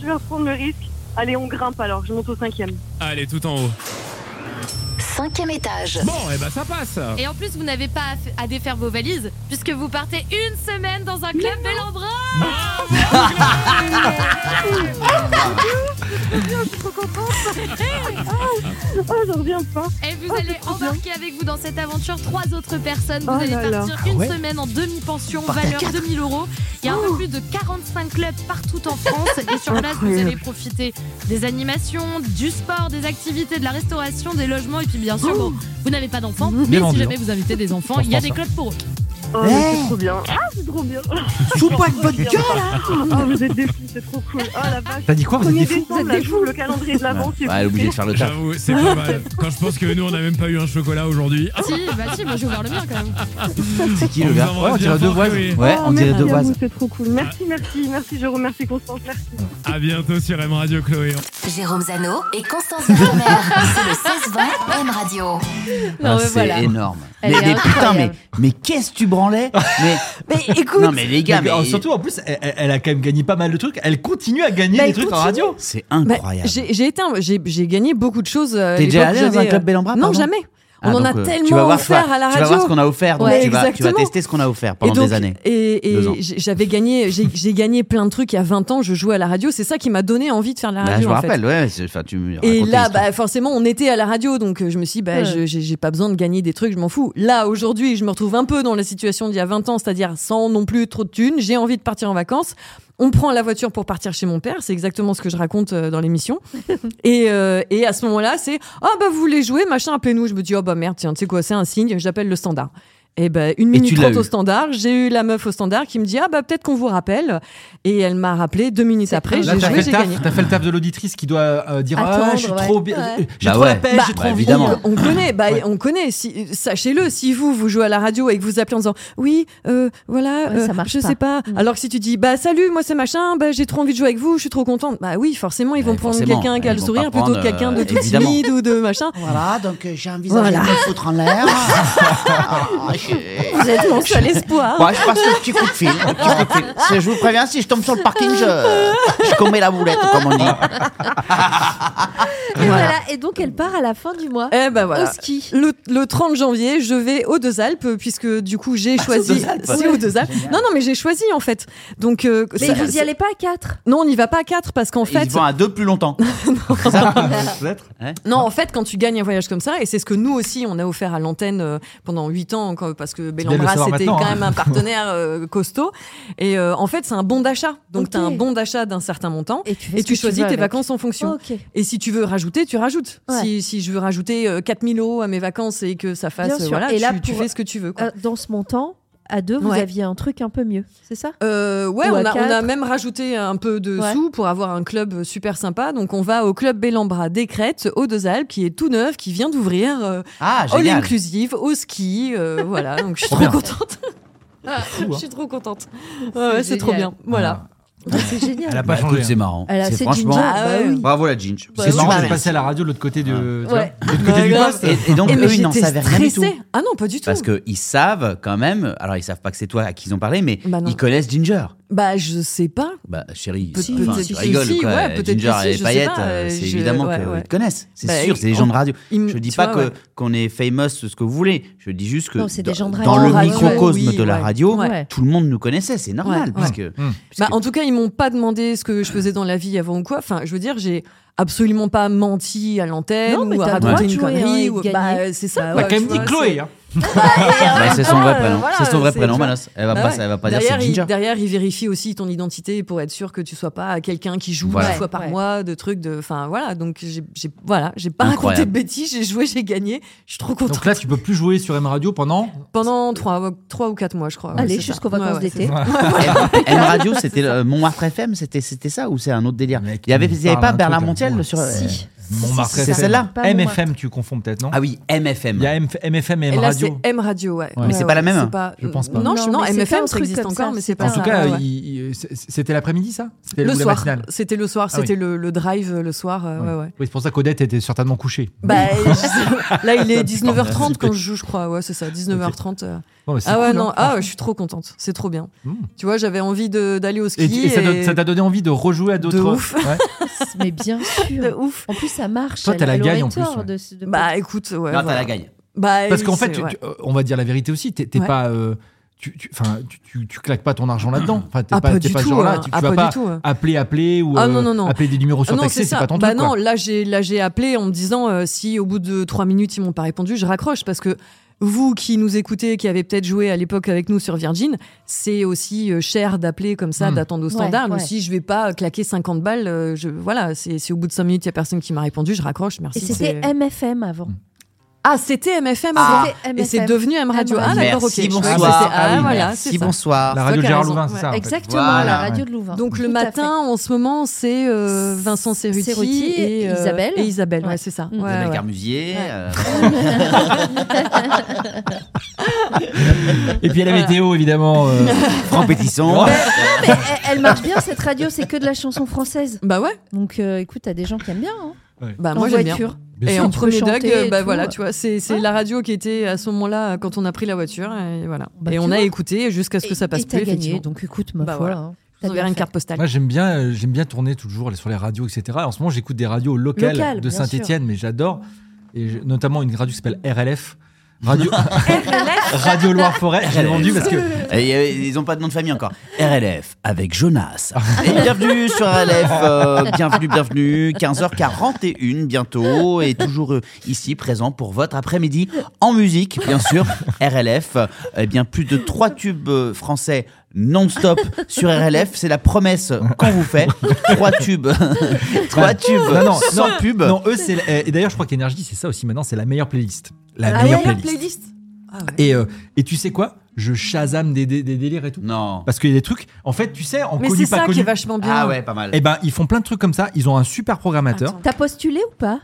H: Je vais reprendre le risque. Allez, on grimpe alors, je monte au cinquième.
G: Allez, tout en haut.
F: Cinquième étage.
G: Bon, et ben ça passe.
F: Et en plus, vous n'avez pas à f- à défaire vos valises, puisque vous partez une semaine dans un club
B: (laughs)
F: Bellambra.
H: Oh, je reviens pas.
F: Et vous
H: Oh,
B: Ah,
F: allez
H: c'est trop
F: embarquer avec vous dans cette aventure trois autres personnes. Vous
H: Oh
F: allez
H: là là.
F: partir
C: Ah
F: une
C: ouais
F: semaine en demi-pension,
D: à
F: valeur 2000 euros. Il y a un peu plus de 45 clubs partout en France. Et sur place, vous allez profiter des animations, du sport, des activités, de la restauration, des logements. Et puis, bien sûr, bon, vous n'avez pas d'enfants, mais si
C: vendu,
F: jamais
C: hein.
F: vous invitez des enfants,
C: On
F: il y a
C: pense
F: des
C: ça.
F: clubs pour eux.
H: Oh, mais c'est trop bien. Ah, c'est trop bien.
D: Joue pas
H: avec votre gueule, là Oh, vous êtes des fous, c'est trop cool. Oh, la vache.
C: T'as dit quoi hein. Vous êtes des
H: Premier
C: fous
H: décembre, là, j'ouvre le calendrier de l'avant.
D: Ouais, elle est obligée de faire le taf.
G: J'avoue, c'est pas mal. Quand je pense que nous on n'a même pas eu un chocolat aujourd'hui.
F: Si, bah si, moi j'ai ouvert le mien quand même.
D: C'est qui
G: On
D: le
G: vous
D: gars
G: embrasse
D: Ouais, on dirait
G: bien
D: deux
G: fort,
D: voises.
G: Chloé.
D: Ouais, on dirait deux voises.
H: C'est trop cool. Merci, merci, merci. Je remercie Constance. Merci.
G: À bientôt sur M Radio, Chloé.
F: Jérôme Zano et Constance Vermeer, c'est le 16-20 M Radio.
B: Non,
D: Ah,
B: mais
D: c'est
B: voilà.
D: énorme.
B: Elle
D: mais
B: est
D: mais putain, mais,
B: incroyable.
D: mais qu'est-ce que tu branlais mais,
B: Mais écoute,
D: Non, mais les gars, mais,
C: Mais, euh, surtout en plus, elle, elle- elle a quand même gagné pas mal de trucs. Elle continue à gagner
A: Bah,
C: des
A: elle
C: trucs en
A: continue.
C: radio.
D: c'est
A: Bah,
D: incroyable.
A: j'ai, j'ai été un- j'ai, j'ai gagné beaucoup de choses. euh, à
D: T'es déjà
A: l'époque,
D: allé dans
A: j'avais,
D: un club
A: euh,
D: Bellambra
A: Non,
D: pardon
A: jamais. On
D: Ah,
A: en
D: donc,
A: a
D: euh,
A: tellement
D: tu vas voir,
A: offert
D: tu vas-
A: à la
D: tu vas
A: radio.
D: voir ce qu'on a offert, donc
A: Ouais,
D: tu vas- tu vas
A: exactement.
D: tester ce qu'on a offert pendant
A: Et donc,
D: des années.
A: Et, et
D: Deux ans.
A: j'ai- j'avais gagné, j'ai j'ai gagné plein de trucs il y a 20 ans. Je jouais à la radio, c'est ça qui m'a donné envie de faire de la
D: Bah,
A: radio.
D: je me
A: en fait.
D: rappelle, ouais. c'est- Enfin, tu me
A: Et
D: racontais
A: là,
D: l'histoire.
A: bah, forcément, on était à la radio, donc euh, je me suis dit, bah,
D: Ouais.
A: je- j'ai j'ai pas besoin de gagner des trucs, je m'en fous. Là, aujourd'hui, je me retrouve un peu dans la situation d'il y a 20 ans, c'est-à-dire sans non plus trop de thunes, j'ai envie de partir en vacances. On prend la voiture pour partir chez mon père, c'est exactement ce que je raconte euh, dans l'émission. et, euh, et à ce moment-là, c'est Ah, bah, vous voulez jouer, machin, appelez-nous. Je me dis, oh, bah, merde, tiens, tu sais quoi, c'est un signe, j'appelle le standard. Et ben une
D: Et
A: minute
D: tu l'as
A: trente
D: eu.
A: au standard, j'ai eu la meuf au standard qui me dit Ah, bah, peut-être qu'on vous rappelle. Et elle m'a rappelé deux minutes après,
C: Là,
A: j'ai
C: t'as
A: joué,
C: fait,
A: j'ai
C: le taf-
A: gagné.
C: t'as fait le taf de l'auditrice qui doit euh, dire Ah,
A: Attendre,
C: je suis
A: ouais.
C: trop bien.
A: Ouais.
C: J'ai
D: Bah
C: trop la
D: ouais.
C: pêche,
D: Bah,
C: Eh, j'ai trop
D: bah,
C: envie.
D: évidemment.
A: On connaît, bah, on connaît. Si, sachez-le, si vous, vous jouez à la radio et que vous appelez en disant oui, euh, voilà,
B: Ouais,
A: euh,
B: ça marche
A: je sais pas. Alors que si tu dis bah salut, moi c'est machin, bah, j'ai trop envie de jouer avec vous, je suis trop contente. Bah oui, forcément, ils vont prendre
D: forcément,
A: quelqu'un qui a
D: ils
A: le
D: vont
A: sourire
D: pas
A: plutôt que
D: prendre,
A: quelqu'un de
D: euh,
A: tout
D: évidemment.
A: timide ou de machin.
I: Voilà, donc euh, j'ai envisagé
A: Voilà.
I: de me foutre en l'air. Ah, je-
A: Vous êtes mon (laughs) seul espoir.
I: Ouais, je passe le petit coup de fil. le petit coup de fil. C'est- Je vous préviens, si je tombe sur le parking, je, je commets la boulette, comme on dit.
B: Et voilà. Et donc elle part à la fin du mois.
A: Eh ben voilà.
B: Au ski.
A: Le, le 30 janvier, je vais aux Deux Alpes puisque du coup j'ai choisi.
B: Deux Alpes.
A: C'est aux Deux Alpes. Non non mais j'ai choisi en fait. Donc euh,
B: Mais
A: ça-
B: vous y allez pas à 4
A: Non, on n'y va pas à 4 parce qu'en fait.
D: Ils vont à deux
A: (laughs)
D: plus longtemps. C'est ça
A: Ah, bah,
D: Peut-être Ouais.
A: Non, en fait, quand tu gagnes un voyage comme ça, et c'est ce que nous aussi on a offert à l'antenne euh, pendant 8 ans, quand- parce que
D: bien de le
A: Bellambra
D: savoir
A: c'était
D: maintenant,
A: quand
D: hein.
A: même un partenaire euh, costaud. Et euh, en fait, c'est un bon d'achat. Donc tu as un bon d'achat d'un certain montant et tu,
B: fais ce que tu
A: choisis
B: veux
A: tes
B: avec.
A: vacances en fonction.
B: Ok.
A: Et si tu veux rajouter, tu rajoutes.
B: Ouais.
A: Si, si je veux rajouter euh, 4000 euros à mes vacances et que ça fasse.
B: Bien
A: euh,
B: sûr.
A: Voilà,
B: Et là,
A: tu, tu
B: pour-
A: fais ce que tu veux. quoi.
B: Euh, Dans ce montant, à deux, vous
A: Ouais.
B: aviez un truc un peu mieux, c'est ça
A: Euh, ouais,
B: Ou
A: on
B: à
A: a, on a
B: quatre.
A: même rajouté un peu de
B: Ouais.
A: sous pour avoir un club super sympa. Donc on va au club Bellambra des Crêtes, aux Deux Alpes, qui est tout neuf, qui vient d'ouvrir. euh,
D: Ah,
A: all
D: génial.
A: inclusive, au ski, euh, voilà. Donc je suis
D: Trop
A: trop
D: bien.
A: contente.
D: fou, hein.
A: (laughs) Je suis trop contente. Ouais, ouais, c'est trop
B: génial.
A: bien. Voilà.
D: Ah.
A: (laughs)
B: C'est génial.
C: Elle a pas
D: Bah,
C: changé. hein.
D: écoute, C'est marrant.
B: Elle a-
D: C'est
B: c'est
D: franchement.
B: Ginger,
A: Ah,
B: bah oui.
D: Bravo la Ginge.
A: Bah
C: C'est marrant de passer à la radio de l'autre côté du, tu vois, de l'autre côté du poste.
D: Et, et donc,
A: Eh, mais
D: eux, ils n'en
A: j'étais
D: savaient rien du tout.
A: stressée. Ah non, pas du tout.
D: Parce qu'ils savent quand même, alors ils savent pas que c'est toi à qui ils ont parlé, mais
A: non.
D: ils connaissent Ginger.
A: Bah, je sais pas.
D: Bah chérie,
A: Peut-
D: enfin,
A: peut-être
D: tu
A: que
D: rigoles
A: si,
D: quoi.
A: ouais, peut-être que
D: Ginger
A: si, je
D: et
A: sais
D: Payette,
A: pas,
D: euh,
A: euh,
D: c'est
A: je-
D: évidemment
A: ouais,
D: qu'ils
A: ouais.
D: te connaissent. C'est
A: Bah,
D: sûr, c'est des gens de radio.
A: ils me-
D: Je dis
A: tu
D: pas
A: vois,
D: que-
A: ouais.
D: qu'on est famous, ce que vous voulez. Je dis juste que
B: Non, c'est des
D: dans,
B: gens de
D: dans
B: radio.
D: le
A: Ah,
B: Ouais,
D: microcosme
B: ouais,
D: de la
B: ouais.
D: radio,
B: Ouais.
D: tout le monde nous connaissait, c'est normal.
A: Ouais,
D: parce
A: ouais.
D: que-
A: Bah, en tout cas, ils m'ont pas demandé ce que je faisais dans la vie avant ou quoi. Enfin, je veux dire, j'ai absolument pas menti à l'antenne
B: Non, mais
A: ou à
B: t'as le droit
A: raconter
B: de
A: une
B: jouer, hein,
A: connerie.
B: et
A: ou...
B: de gagner.
A: Bah, c'est ça. quoi,
B: Bah
C: T'as quand même
A: tu
C: dit
A: vois,
C: Chloé. hein.
D: Bah, c'est son vrai
A: Ah,
D: prénom.
A: voilà,
D: c'est son vrai
A: c'est-
D: prénom,
A: tu vois.
D: Manos. Elle va
A: Bah
D: pas,
A: ouais.
D: elle va pas dire
A: derrière,
D: c'est Ginger.
A: Il, derrière, il vérifie aussi ton identité pour être sûr que tu sois pas quelqu'un qui joue
D: Voilà.
A: deux fois par mois, de trucs de. Enfin voilà, donc j'ai j'ai- voilà, j'ai pas
C: Incroyable.
A: raconté de bêtises, j'ai joué, j'ai gagné, je suis trop contente.
C: Donc là, tu peux plus jouer sur M Radio pendant.
A: Pendant trois, trois ou quatre mois, je crois.
B: Allez,
A: c'est ça.
B: jusqu'aux
A: Ouais,
B: vacances
A: ouais,
B: d'été.
A: c'est ça.
D: M
A: (laughs)
D: Radio, c'était euh, Montmartre FM, c'était c'était ça ou c'est un autre délire Il y avait, il y avait
C: parle
D: pas
C: d'un
D: Berlin
C: truc,
D: Montiel sur.
B: Si.
C: Montmartre
D: C'est
C: FM.
D: celle-là
B: Pas Montmartre.
C: MFM, tu confonds peut-être, non
D: Ah oui, MFM.
C: Il y a M- MFM et
A: Et
C: M
A: là,
C: Radio.
A: c'est M Radio, ouais.
C: Ouais.
D: Mais c'est
A: Ouais,
D: pas la
A: ouais,
D: même,
A: c'est pas-
C: Je pense pas.
A: Non, je-
B: Non,
A: non,
B: mais c'est pas un
A: MFM, ça
B: truc
A: existe
B: comme
A: encore,
B: ça,
A: mais
B: c'est
A: c'est
B: pas
A: pas
C: En
B: ça.
C: tout
A: ça,
C: cas,
A: ouais, ouais.
C: il- il- c'était l'après-midi, ça C'était
A: Le
C: ou la
A: soir,
C: matinale
A: c'était le soir,
C: Ah oui.
A: c'était le, le drive euh, le soir, euh, ouais, ouais.
C: Oui, c'est pour ça qu'Odette était certainement couchée.
A: Bah, je- là, il est
C: Ça,
A: 19h30
C: super.
A: quand je joue, je crois. Ouais, c'est ça, 19h30. euh.
C: Bon, bah, c'est
A: ah ouais,
C: cool, hein,
A: non, ah, je suis trop contente. C'est trop bien. Tu vois, j'avais envie de- d'aller au ski.
C: Hmm. Et, et ça
A: et-
C: do- ça t'a donné envie de rejouer à d'autres.
A: ouf. (laughs)
C: Ouais.
B: Mais bien
C: (laughs)
B: sûr.
A: ouf.
B: En plus, ça marche.
C: Toi, t'as
B: elle-
C: la
B: elle aurait
C: gagne en
B: tort
C: plus, ouais.
B: de ce- de-
A: Bah, écoute, ouais.
D: Non, t'as
A: voilà.
D: la gagne.
A: Bah,
C: Parce qu'en fait,
A: c'est-
C: tu-
A: ouais.
C: tu- euh, on va dire la vérité aussi, t'es t'es
A: Ouais.
C: pas. euh, tu, tu, enfin, tu, tu- tu claques pas ton argent là-dedans. Enfin, t'es
A: Ah,
C: pas,
A: pas
C: t'es
A: du
C: pas ce
A: tout,
C: genre-là.
A: hein.
C: Tu, tu
A: Ah,
C: vas
A: pas
C: pas
A: du tout, hein.
C: appeler, appeler ou
A: Ah,
C: euh,
A: non, non, non.
C: appeler des numéros
A: Ah non,
C: surtaxés, c'est
A: ça.
C: pas ton
A: bah
C: truc.
A: non,
C: quoi.
A: là j'ai là j'ai appelé en me disant euh, si au bout de trois minutes ils m'ont pas répondu, je raccroche parce que vous qui nous écoutez, qui avez peut-être joué à l'époque avec nous sur Virgin, c'est aussi euh, cher d'appeler comme ça,
C: Hmm.
A: d'attendre au
B: Ouais,
A: standard. Mais
B: ouais.
A: si je vais pas claquer 50 balles, euh, je voilà, c'est si au bout de cinq minutes il y a personne qui m'a répondu, je raccroche, merci.
B: Et c'était
A: C'est-
B: MFM avant.
A: ah c'était MFM
B: Ah.
A: avant
B: C'était
A: et c'est
B: MFM.
A: devenu M Radio.
B: bah,
A: Ah d'accord, ok.
D: Merci,
A: Je croyais que
D: bonsoir.
A: c'était- Ah,
D: Ah oui,
A: voilà,
D: merci,
A: c'est ça.
D: bonsoir.
C: La radio
A: Toi qui as
C: Gérard
A: raison.
C: Louvain, c'est ça. en fait.
B: Exactement, la
D: Voilà,
B: radio
D: ouais.
B: de Louvain.
A: Donc le
B: Tout à
A: matin, en ce moment, c'est euh, Vincent Cerruti,
B: Cerruti et
A: euh,
B: Isabelle. Mm.
A: Et Isabelle, ouais, c'est ça. Ouais,
D: Isabelle
A: ouais.
D: Carmusier. euh, (laughs)
C: Et puis il y a la météo, évidemment. euh,
A: (laughs)
D: Franck Pétisson.
B: fait. Mais (laughs) elle- elle marche bien cette radio, c'est que de la chanson française.
A: Bah ouais.
B: Donc euh, écoute, t'as des gens qui aiment bien. hein.
A: Bah
B: En
A: moi j'aime bien.
B: voiture.
C: Bien
A: et
C: sûr.
A: en
B: Tu peux
A: premier
B: chanter
A: Doug, euh,
B: et
A: bah
B: tout.
A: voilà, tu vois, c'est c'est la radio qui était à ce moment-là euh, quand on a pris la voiture et voilà.
B: Bah,
A: et
B: tu
A: on a
B: vois.
A: écouté jusqu'à ce que
B: Et-
A: ça passe
B: et t'as
A: plus
B: gagné.
A: effectivement.
B: Donc écoute, ma
A: Bah
B: foi.
A: voilà. Je
B: hein, t'as
A: vous
B: bien
A: enverrai une
B: fait.
A: carte postale.
C: Moi, j'aime bien, euh, j'aime bien tourner toujours sur les radios, etc. En ce moment, j'écoute des radios locales
B: Locales,
C: de
B: bien sûr.
C: Saint-Etienne, mais j'adore. et j'ai- notamment une radio qui s'appelle RLF. Radio, (laughs) radio Loire-Forêt, j'ai vendu parce que.
D: (laughs) Et, euh, ils ont pas de nom de famille encore.
E: RLF avec Jonas.
D: Et bienvenue sur RLF, euh, bienvenue, bienvenue, 15h41 bientôt, et toujours euh, ici présent pour votre après-midi en musique, bien sûr, RLF. euh, Eh bien, plus de trois tubes euh, français non-stop sur RLF, c'est la promesse qu'on vous fait.
C: (laughs)
D: Trois tubes, trois tubes
C: Non, non,
D: sans
C: non,
D: pub.
C: Non, eux, c'est. la- Et d'ailleurs, je crois qu'Energy, c'est ça aussi maintenant, c'est la meilleure playlist. La,
A: Ah
B: Ah
C: meilleure, playlist. Et, euh, et tu sais quoi Je chasame des, des- des délires et tout.
D: Non.
C: Parce qu'il y a des trucs. En fait, tu sais, en
A: Mais
C: connu,
A: c'est
C: pas
A: ça qui
C: connu.
A: est vachement bien. Ah ouais, pas mal.
C: Et ben, ils font plein de trucs comme ça. Ils ont un super programmateur.
B: T'as postulé ou pas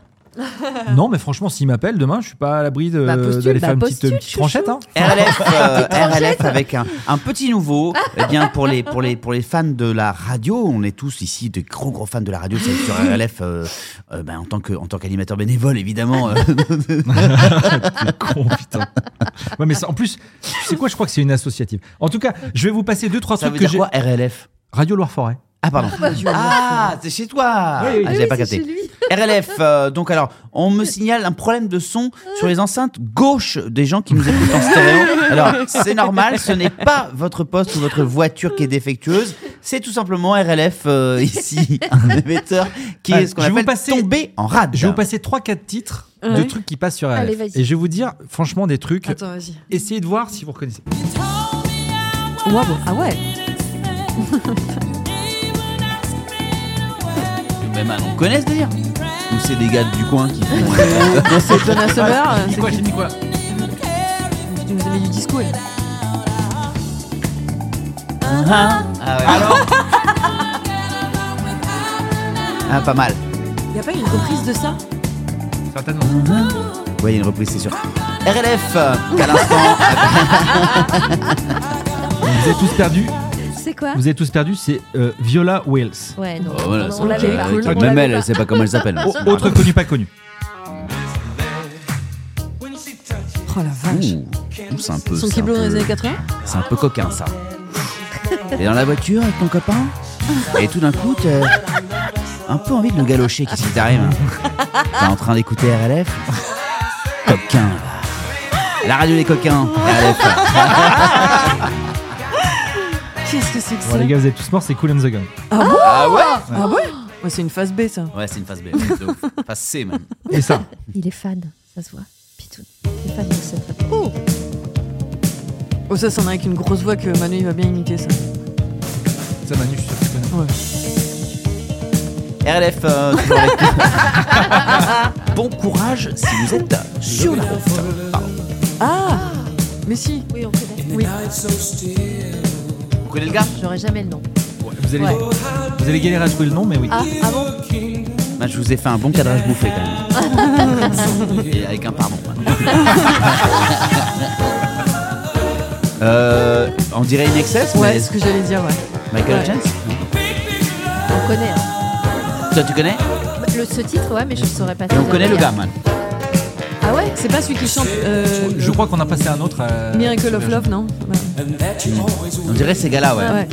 C: Non, mais franchement, s'ils m'appellent demain, je suis pas à l'abri de-
B: Bah, postule,
C: d'aller
B: bah,
C: faire une
B: postule,
C: petite, petite tranchette. hein.
D: RLF, euh,
C: tranchette.
D: RLF avec un, un petit nouveau. Eh bien, pour les, pour, les, pour les fans de la radio, on est tous ici de gros gros fans de la radio. C'est sur RLF, euh, euh, ben, en tant que- en tant qu'animateur bénévole, évidemment. euh.
C: (laughs) Ouais, mais ça- en plus, tu sais quoi Je crois que c'est une associative. En tout cas, je vais vous passer deux trois
D: Ça
C: trucs
D: veut
C: que j'ai.
D: dire quoi, RLF
C: Radio Loire Forêt.
D: Ah pardon. Ah, c'est chez toi.
C: Oui, oui.
D: Ah,
C: Oui,
D: j'avais
C: oui,
D: pas
C: c'est
D: capté.
C: chez
D: RLF. euh, donc alors, on me signale un problème de son sur les enceintes gauche des gens qui nous écoutent en stéréo. Alors, c'est normal, ce n'est pas votre poste ou votre voiture qui est défectueuse. C'est tout simplement RLF euh, ici, un émetteur qui
C: Ah,
D: est ce qu'on
C: je vais vous
D: appelle
C: passer-
D: tombé en rade.
C: Je vais vous passer 3-4 titres de
D: Ouais.
C: trucs qui passent sur RLF.
D: Allez, vas-y.
C: Et je vais vous dire, franchement, des trucs.
A: Attends, vas-y.
C: Essayez de voir si vous reconnaissez.
A: Waouh, ah ouais.
D: Mais man, on connaît ce délire Ou c'est des gars du coin qui font. euh, (laughs)
A: C'est Donna Summer. euh,
C: Ah,
A: c'est-
C: quoi, j'ai dit quoi
A: Tu nous as mis du disco. elle.
D: Alors Ah, pas mal.
A: Y a pas une reprise de ça
C: Certainement.
D: Oui, il y a une reprise, c'est sûr. RLF, euh, à l'instant.
C: Vous êtes tous perdus.
B: C'est quoi
C: Vous êtes tous perdus, c'est euh, Viola Wales.
B: Ouais, non.
D: Oh, voilà,
B: on-
D: ça,
B: on l'avait pas.
D: avec-
B: On
D: Même
B: l'avait
D: elle,
B: pas.
D: elle sait pas comment elle s'appelle.
C: Au- Autre connu, pas connu.
A: Oh la vache.
D: Ouh, c'est un peu.
A: Son
D: c'est un
A: kiblo dans
D: peu-
A: les années 80
D: C'est un peu coquin, ça. T'es dans la voiture avec ton copain, et tout d'un coup, t'as un peu envie de le galocher. Qu'est-ce qui t'arrive hein T'es en train d'écouter RLF Coquin, va. La radio des coquins, RLF.
A: Qu'est-ce que c'est que
C: Bon,
A: ça
C: les gars, vous êtes tous morts, c'est Cool and the Gang.
A: Ah bon
D: Ah ouais
A: Ah ouais Ouais, C'est une phase B ça.
D: Ouais, c'est une phase B. de ouf. Phase C, même.
C: Et ça
B: Il est fan, ça se voit. Pitoun. Il est fan de cette
A: Oh Oh ça, c'en a avec une grosse voix que Manu il va bien imiter ça.
C: (laughs) Ça, Manu, je suis sûr que tu connais.
D: RLF, euh, toujours avec- bon courage si vous êtes sur la route. Pardon.
A: Ah Mais si.
B: Oui, on connaît. Oui.
D: Vous connaissez le gars
B: J'aurais jamais le nom.
C: Vous allez,
B: Ouais.
C: vous allez galérer à trouver le nom, mais oui.
B: Ah, ah bon
D: Bah, je vous ai fait un bon cadrage
B: Euh,
D: bouffé quand même. Et avec un pardon.
B: (laughs)
D: hein. Euh, on dirait une excess,
A: Ouais,
D: mais
A: ce que j'allais dire, ouais.
D: Michael
A: Ouais.
D: Jackson
B: On connaît. hein.
D: Toi, tu connais
B: Le, ce titre, ouais, mais je ne saurais pas.
D: Et on
B: dire.
D: connaît le gars, man.
A: Ah ouais C'est pas celui qui chante euh,
C: Je crois qu'on a passé un autre. euh,
A: Miracle of Love, non
D: On dirait ces gars-là, ouais.
A: Ouais.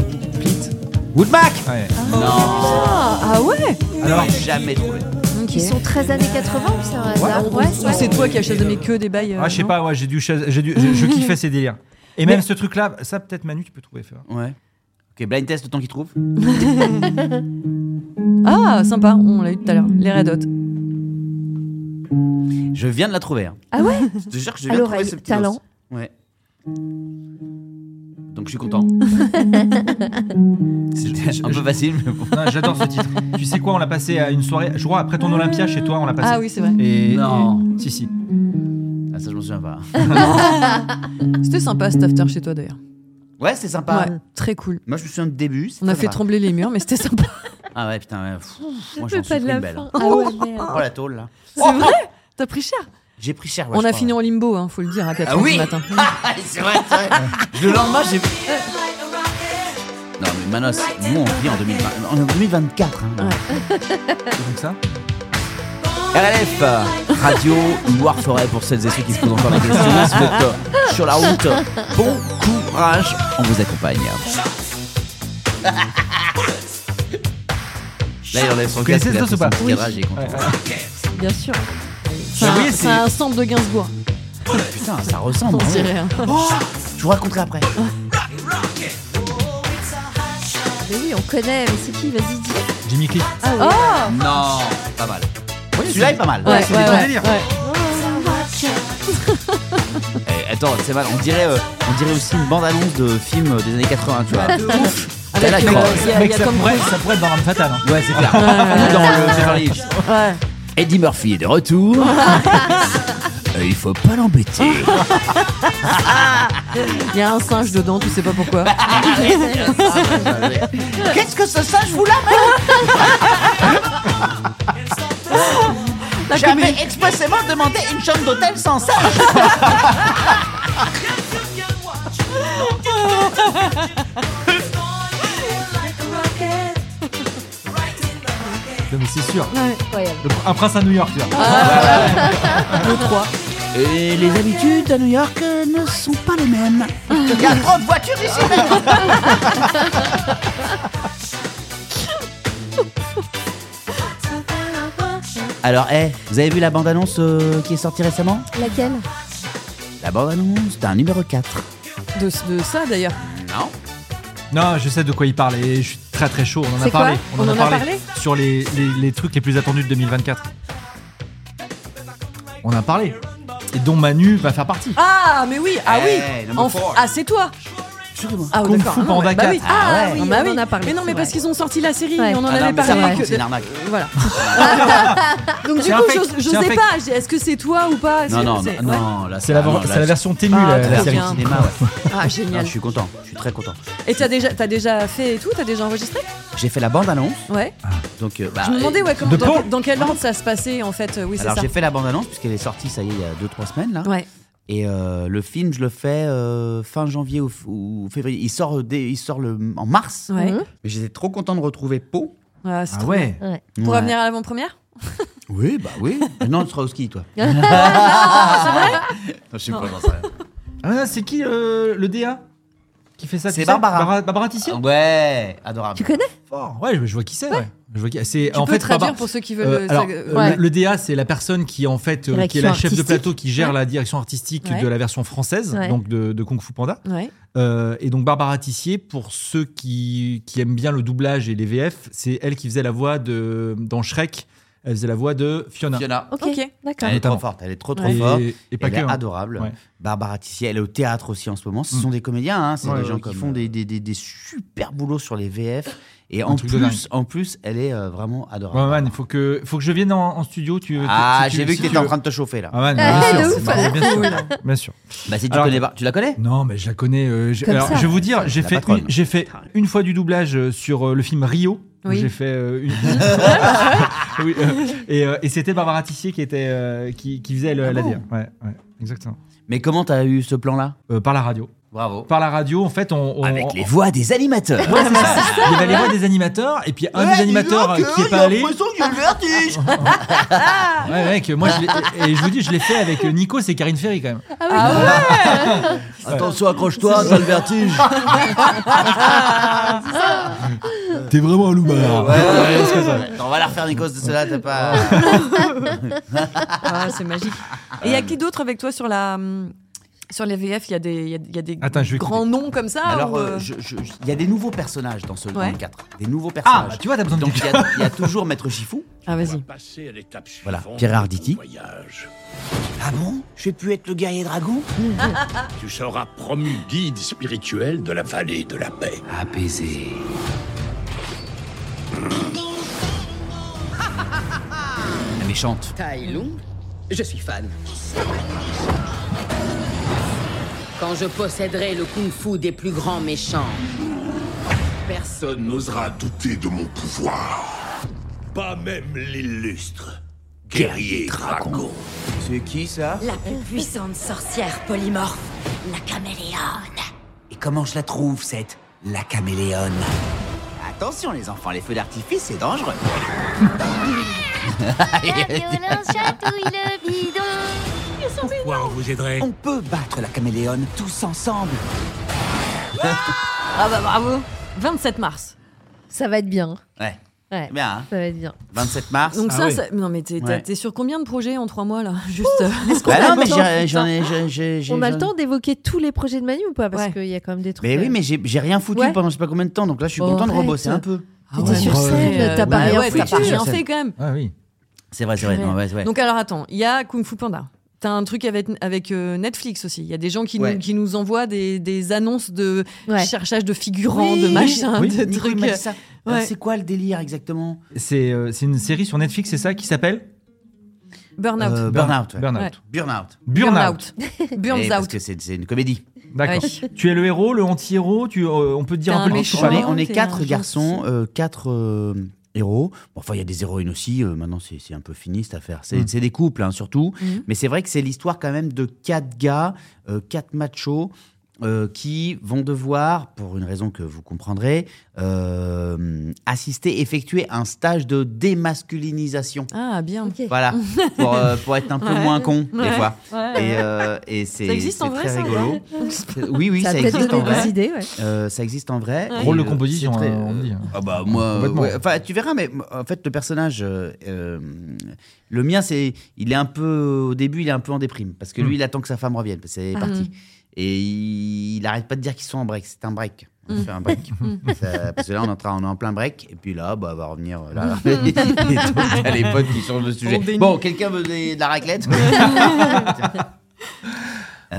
D: Woodmack
C: Ouais.
A: Ah, ah ouais
D: Alors Jamais trouvé.
B: Qui sont très années 80 ou c'est un hasard Ouais,
A: Ou Ah, c'est toi qui as chasamé que des bails. euh,
C: Ah, je sais
A: non
C: pas, ouais, j'ai dû. chas- j'ai dû-
A: (laughs)
C: Je, je kiffais ces délires. Et même ce truc-là, ça, peut-être Manu, tu peux trouver. Faire.
D: Ouais. Ok, blind test le temps qu'il trouve.
A: Ah, sympa, on l'a eu tout à l'heure. Les Red Hot.
D: Je viens de la trouver. hein.
B: Ah ouais
D: Je te jure que je
B: À
D: viens de trouver
B: l'oreille,
D: ce petit
B: talent.
D: os. Ouais. Donc je suis
B: (laughs)
D: content. C'était un peu facile, mais bon.
C: Non, J'adore
A: (laughs)
C: ce titre. tu sais quoi, on l'a passé à une soirée, je crois, après ton Olympia chez toi, on l'a passé.
A: Ah oui, c'est vrai.
C: Et,
D: Non.
C: et- si, si.
D: Ah, ça, je m'en
A: (laughs)
D: souviens pas.
A: C'était sympa cet after chez toi d'ailleurs.
D: Ouais, c'est sympa.
A: Ouais, très cool.
D: Moi, je me souviens de début. c'était
A: On a
D: sympa.
A: fait trembler les murs, mais c'était sympa. (laughs)
D: Ah ouais, putain, ouais. pff, moi,
B: peux
D: j'en
B: pas
D: souffre
B: de la
D: une belle.
B: fin.
D: hein.
B: Ah (laughs) ouais, merde.
D: Oh, la tôle, là.
A: C'est vrai T'as pris cher
D: J'ai pris cher, ouais,
A: On
D: je
A: a
D: crois.
A: fini en limbo, hein, faut le dire, à 4h
D: Ah oui
A: du matin.
D: (laughs) C'est vrai, c'est vrai. Le lendemain, j'ai... Non, mais Manos, nous, on vit en, 2020 en 2024. hein.
C: Donc ça
D: RLF, euh, Radio Noir Forêt pour celles et ceux qui se posent encore la question. Si vous êtes, euh, sur la route, bon courage, on vous accompagne. Là, il enlève son
C: Vous
D: casque,
C: connaissez
D: il
C: ce
D: a fait
C: ou pas
D: son petit
C: Oui.
D: Ah, cadrage, il est content.
B: Bien sûr.
D: Ah
A: C'est un
D: voyez,
A: c'est un sample de Gainsbourg.
D: Putain, ça ressemble.
A: On
D: hein.
A: dirait, hein.
D: Oh, je vous raconterai après.
B: Mais oui, on connaît, mais c'est qui Vas-y, dis.
C: Jimmy Cliff.
B: Ah oui.
D: Non, pas mal. Celui-là est pas mal.
B: Ouais, ouais, ouais, ouais.
D: Eh, attends, c'est mal. On dirait, euh, on dirait aussi une bande-annonce de film euh, des années 80, tu vois. De ouf.
A: Avec,
D: Là,
A: euh,
D: quoi.
A: il y a- il y a
C: ça,
A: Tom
C: pourrait,
A: Cruise.
C: ça pourrait être Barham Fatal. hein.
D: Ouais, c'est clair.
C: Ouais,
D: Ou dans
C: ouais,
D: le
C: ouais.
D: Beverly Hills.
A: Ouais.
D: Eddie Murphy est de retour. Euh, Il faut pas l'embêter.
A: Il y a un singe dedans, tu sais pas pourquoi.
I: Qu'est-ce que ce singe vous là
A: La
I: J'avais
A: comédie.
I: expressément demandé une chambre d'hôtel sans singe.
C: Non, mais c'est sûr.
A: Ouais. Ah.
C: Le pr- un prince à New York, là.
A: Le 3.
D: Et les habitudes à New York euh, ne sont pas les mêmes.
I: Il y a trop de voitures ici même.
D: Alors, eh, vous avez vu la bande-annonce euh, qui est sortie récemment
B: Laquelle
D: La bande-annonce d'un numéro 4.
A: De, de ça d'ailleurs.
D: Non.
C: Non, je sais de quoi il parle et je suis très très chaud. On en a
A: C'est quoi
C: parlé.
A: On en a parlé
C: sur les, les, les trucs les plus attendus de 2024. On en a parlé. Et dont Manu va faire partie.
A: Ah, mais oui, ah oui.
D: Hey, Eh, number
A: En-
D: four.
A: ah, c'est toi. Ah,
C: Kung
A: d'accord.
C: Fu
A: Ah,
C: Panda
A: bah
C: 4.
A: oui.
B: Ah,
A: Ah,
B: oui,
A: oui, bah
B: on en
A: oui.
B: a parlé,
A: Mais non, mais
B: c'est
A: parce
B: vrai.
A: qu'ils ont sorti la série,
B: Ouais.
A: on en
D: Ah, non,
A: avait
D: mais c'est
A: parlé.
D: vrai,
A: que-
D: c'est une arnaque. (laughs)
A: Voilà. Donc du
C: C'est un
A: coup,
C: fake,
A: j'ose-
C: c'est un
A: j'osais
C: fake.
A: pas. j'ai- Est-ce que c'est toi ou pas Est-ce
D: Non,
A: que
D: non,
A: c'est-
D: non,
A: ouais.
D: non, là,
C: C'est la,
D: Ah, non,
C: ver-
D: là,
C: c'est la version ténue,
A: Ah,
C: la,
A: très
C: la série.
A: bien.
D: cinéma, ouais.
A: Ah,
D: Non,
A: génial.
D: je suis content, je suis très content.
A: Et t'as déjà, t'as déjà fait et tout T'as déjà enregistré
D: J'ai fait la bande-annonce,
A: Ouais.
D: donc euh, bah,
A: Je me demandais ouais, comment,
C: De
A: dans,
C: peau
A: dans quel ordre ça se passait en fait. euh, Oui, c'est
D: Alors
A: ça.
D: j'ai fait la bande-annonce puisqu'elle est sortie, ça y est, il y a 2-3 semaines là.
A: Ouais.
D: Et euh, le film, je le fais euh, fin janvier ou, f- ou février. Il sort, dès- il sort le, en mars.
A: Ouais.
B: Mhm.
D: Mais j'étais trop content de retrouver Pau.
A: Ah, c'est
C: Ah
A: trop
C: ouais.
A: bien. Pour
D: Ouais.
A: revenir à l'avant-première
D: Oui, bah (laughs) oui. non, tu seras au ski, toi. Je sais pas, j'en sais rien.
C: Ah, c'est qui euh, le DA qui fait ça tu
D: C'est
C: sais
D: Barbara.
C: Barbara, Barbara Tissier
D: Ah Ouais, adorable.
B: Tu connais
C: Fort. Ouais, je, je vois qui c'est. Ouais. Je vois qui. C'est
A: Tu
C: en
A: peux
C: fait
A: traduire
C: Barbara-
A: pour ceux qui veulent.
C: Euh,
A: ça-
C: alors,
A: euh,
C: euh, le, le DA, c'est la personne qui en fait, euh, qui est
B: Direction
C: la chef de
B: artistique.
C: plateau, qui gère
B: Ouais.
C: la direction artistique
A: Ouais.
C: de la version française,
B: Ouais.
C: donc de, de Kung Fu Panda.
A: Ouais.
C: Euh, et donc Barbara Tissier, pour ceux qui, qui aiment bien le doublage et les VF, c'est elle qui faisait la voix de dans Shrek. Elle faisait la voix de Fiona.
D: Fiona.
B: Ok,
A: Ok.
B: d'accord.
D: Elle est trop
C: Notamment.
D: forte, elle est trop trop
C: Et,
D: forte.
C: et pas
D: elle
C: que.
D: est
C: hein.
D: adorable.
C: Ouais.
D: Barbara Tissier, elle est au théâtre aussi en ce moment. Ce
C: Mm.
D: sont des comédiens, hein. c'est
C: Ouais,
D: des
C: ouais,
D: gens
C: comme, euh,
D: qui font des, des- des- des super boulots sur les VF. Et en
C: truc de dingue.
D: plus, en plus, elle est euh, vraiment adorable.
C: Ouais, man, faut que faut que je vienne en, en studio. Tu
D: Ah,
C: tu- tu-
D: j'ai vu
C: si
D: que t'étais
C: tu
D: en
C: veux.
D: train de te chauffer là.
C: Ah, man,
B: Ah,
C: bien,
B: de
C: sûr,
B: ouf.
C: c'est bien sûr,
B: (laughs)
C: bien sûr.
D: Bah si tu
C: Alors-
D: connais pas, tu la connais
C: Non, mais je la connais. euh, j'ai-
B: Comme
C: alors,
B: ça.
C: je vais vous dire, j'ai
D: La
C: fait,
D: patronne.
C: une, j'ai fait une fois du doublage euh, sur euh, le film Rio. où
A: Oui.
C: J'ai fait euh,
B: (laughs)
C: une.
B: Ah, bah,
C: Oui, euh, et euh, et c'était Barbara Tissier qui, était, euh, qui, qui faisait
B: Ah
C: le, la
D: bon
C: DR. Ouais, ouais, exactement.
D: Mais comment t'as eu ce plan là
C: Euh, par la radio.
D: Bravo.
C: Par la radio, en fait, on. on- on-
D: Avec les voix des animateurs.
C: Ouais, c'est ça. Il y avait les voix des animateurs, et puis un des animateurs euh, qui est pas allé.
D: que j'ai le
C: (laughs)
D: vertige.
C: Ouais, mec, moi, je l'ai- et et je vous dis, je l'ai fait avec euh, Nico, c'est Karine Ferry quand même.
D: Attention, accroche-toi, t'as le vertige.
C: (laughs) T'es vraiment un loupard.
D: On va la refaire Nikos de cela, t'as pas.
A: Ah, c'est magique. Et il y a qui d'autre avec toi sur la. hum, Sur les VF, il y a des, il y a- il y a des
C: Attends, je vais
A: grands noms comme ça
D: Alors,
A: ou,
D: euh,
A: euh,
D: je- je- je- il y a des nouveaux personnages dans ce
A: Ouais.
D: dans le 4. Des nouveaux
C: Ah,
D: personnages.
C: bah, tu vois, t'as besoin de
D: Donc il y, a- il y a toujours Maître Chifou.
A: Ah, vas-y.
D: Voilà, Pierre Arditi.
J: Voyage.
D: Ah bon Je vais plus être le guerrier dragon
J: (laughs) Tu seras promu guide spirituel de la vallée de la paix.
D: Apaisé. La méchante.
K: Taille longue, je suis fan. Quand je posséderai le kung-fu des plus grands méchants,
J: Personne n'osera douter de mon pouvoir. Pas même l'illustre guerrier dragon.
D: C'est qui ça
L: La plus puissante sorcière polymorphe, la caméléone.
D: Et comment je la trouve, cette la caméléone Attention les enfants, les feux d'artifice, c'est dangereux.
L: le bidon.
J: Pourquoi on vous aiderait
D: (laughs) On peut battre la caméléone tous ensemble.
A: Ah bah bravo 27 mars.
B: Ça va être bien.
D: Ouais.
B: Ouais,
D: Bien, hein.
B: ça va être bien.
D: 27 mars.
A: Donc ça,
D: Ah oui.
A: ça- non mais t'es t'as-
D: Ouais.
A: t'es sur combien de projets en trois mois là Juste. euh,
D: est-ce qu'on Bah a non, le mais temps j'ai- j'en ai- j'ai- j'ai- j'ai-
B: On a le
D: j'en-
B: temps d'évoquer tous les projets de Manu ou pas Parce qu'il y a quand même des trucs.
D: Mais oui,
B: euh,
D: mais j'ai j'ai rien foutu
B: Ouais.
D: pendant je sais pas combien de temps, donc là je suis content de
B: Arrête.
D: rebosser un peu.
B: Ah T'étais ouais. sur scène,
A: Euh,
B: t'as pas
A: ouais,
B: rien
A: ouais, t'as
D: foutu.
A: pas rien
D: Sur
A: fait
D: scène.
A: quand même.
D: Ah oui. C'est vrai, c'est vrai.
A: Ouais.
D: non, ouais, ouais.
A: Donc alors attends, il y a Kung Fu Panda. T'as un truc avec, avec euh, Netflix aussi. Il y a des gens qui,
D: Ouais.
A: nous, qui nous envoient des, des annonces de cherchage de figurants,
D: Oui,
A: de machins,
D: oui,
A: de
D: Nico,
A: trucs. euh,
D: il m'a dit ça. Alors,
A: Ouais.
D: C'est quoi le délire exactement
C: C'est euh, c'est une série sur Netflix, c'est ça, qui s'appelle
A: Burnout.
D: Euh, Burnout. ouais.
C: Burnout.
D: Burnout.
C: Burnout.
A: Burns
D: Eh, Parce
A: out.
D: que c'est c'est une comédie.
C: D'accord.
A: Ouais.
C: Tu es le héros, le anti-héros, tu, euh, on peut te dire
A: T'es
C: un peu
A: un
C: le
A: méchant,
D: On est, on est
A: Oh, t'es
D: quatre
A: un
D: garçons, euh, quatre euh, héros. Bon, enfin, il y a des héroïnes aussi. euh, maintenant, c'est c'est un peu fini cette affaire. C'est
C: Mm.
D: c'est des couples, hein, surtout.
A: Mm.
C: Mhm.
D: Mais c'est vrai que c'est l'histoire quand même de quatre gars, euh, quatre machos. euh, qui vont devoir, pour une raison que vous comprendrez, euh, assister, effectuer un stage de démasculinisation.
A: Ah bien.
D: Voilà, pour,
A: (laughs)
D: euh, pour être un peu
A: Ouais.
D: moins con des
A: Ouais.
D: fois.
A: Ouais.
D: Et, euh, et c'est
A: Ça existe en
D: c'est
A: vrai,
D: très
A: ça,
D: rigolo.
A: ouais.
D: C'est- Oui, oui,
A: Ça
D: ça,
A: a peut-être
D: existe en
A: donné des
D: vrai.
A: idées, ouais.
D: Euh, ça existe en vrai.
A: Ouais.
D: Et,
C: Drôle de
D: euh,
C: composition,
D: c'est très-
C: hein, on dit.
D: Ah bah moi,
C: Complètement.
D: ouais, enfin tu verras, mais en fait le personnage, euh, euh, le mien c'est, il est un peu au début, il est un peu en déprime parce que
C: Mm.
D: lui il attend que sa femme revienne parce que c'est
A: Ah.
D: parti
A: Mm.
D: et il, il arrête pas de dire qu'ils sont en break, c'est un break. On
A: Mm.
D: fait un break.
A: Mm.
D: Ça- parce que là, on est, en train- on est en plein break. Et puis là, bah, va revenir. euh, Là, (laughs) Et donc, t'as les potes qui changent de sujet.
A: On bénit.
D: Bon, quelqu'un veut des- de la raclette Euh,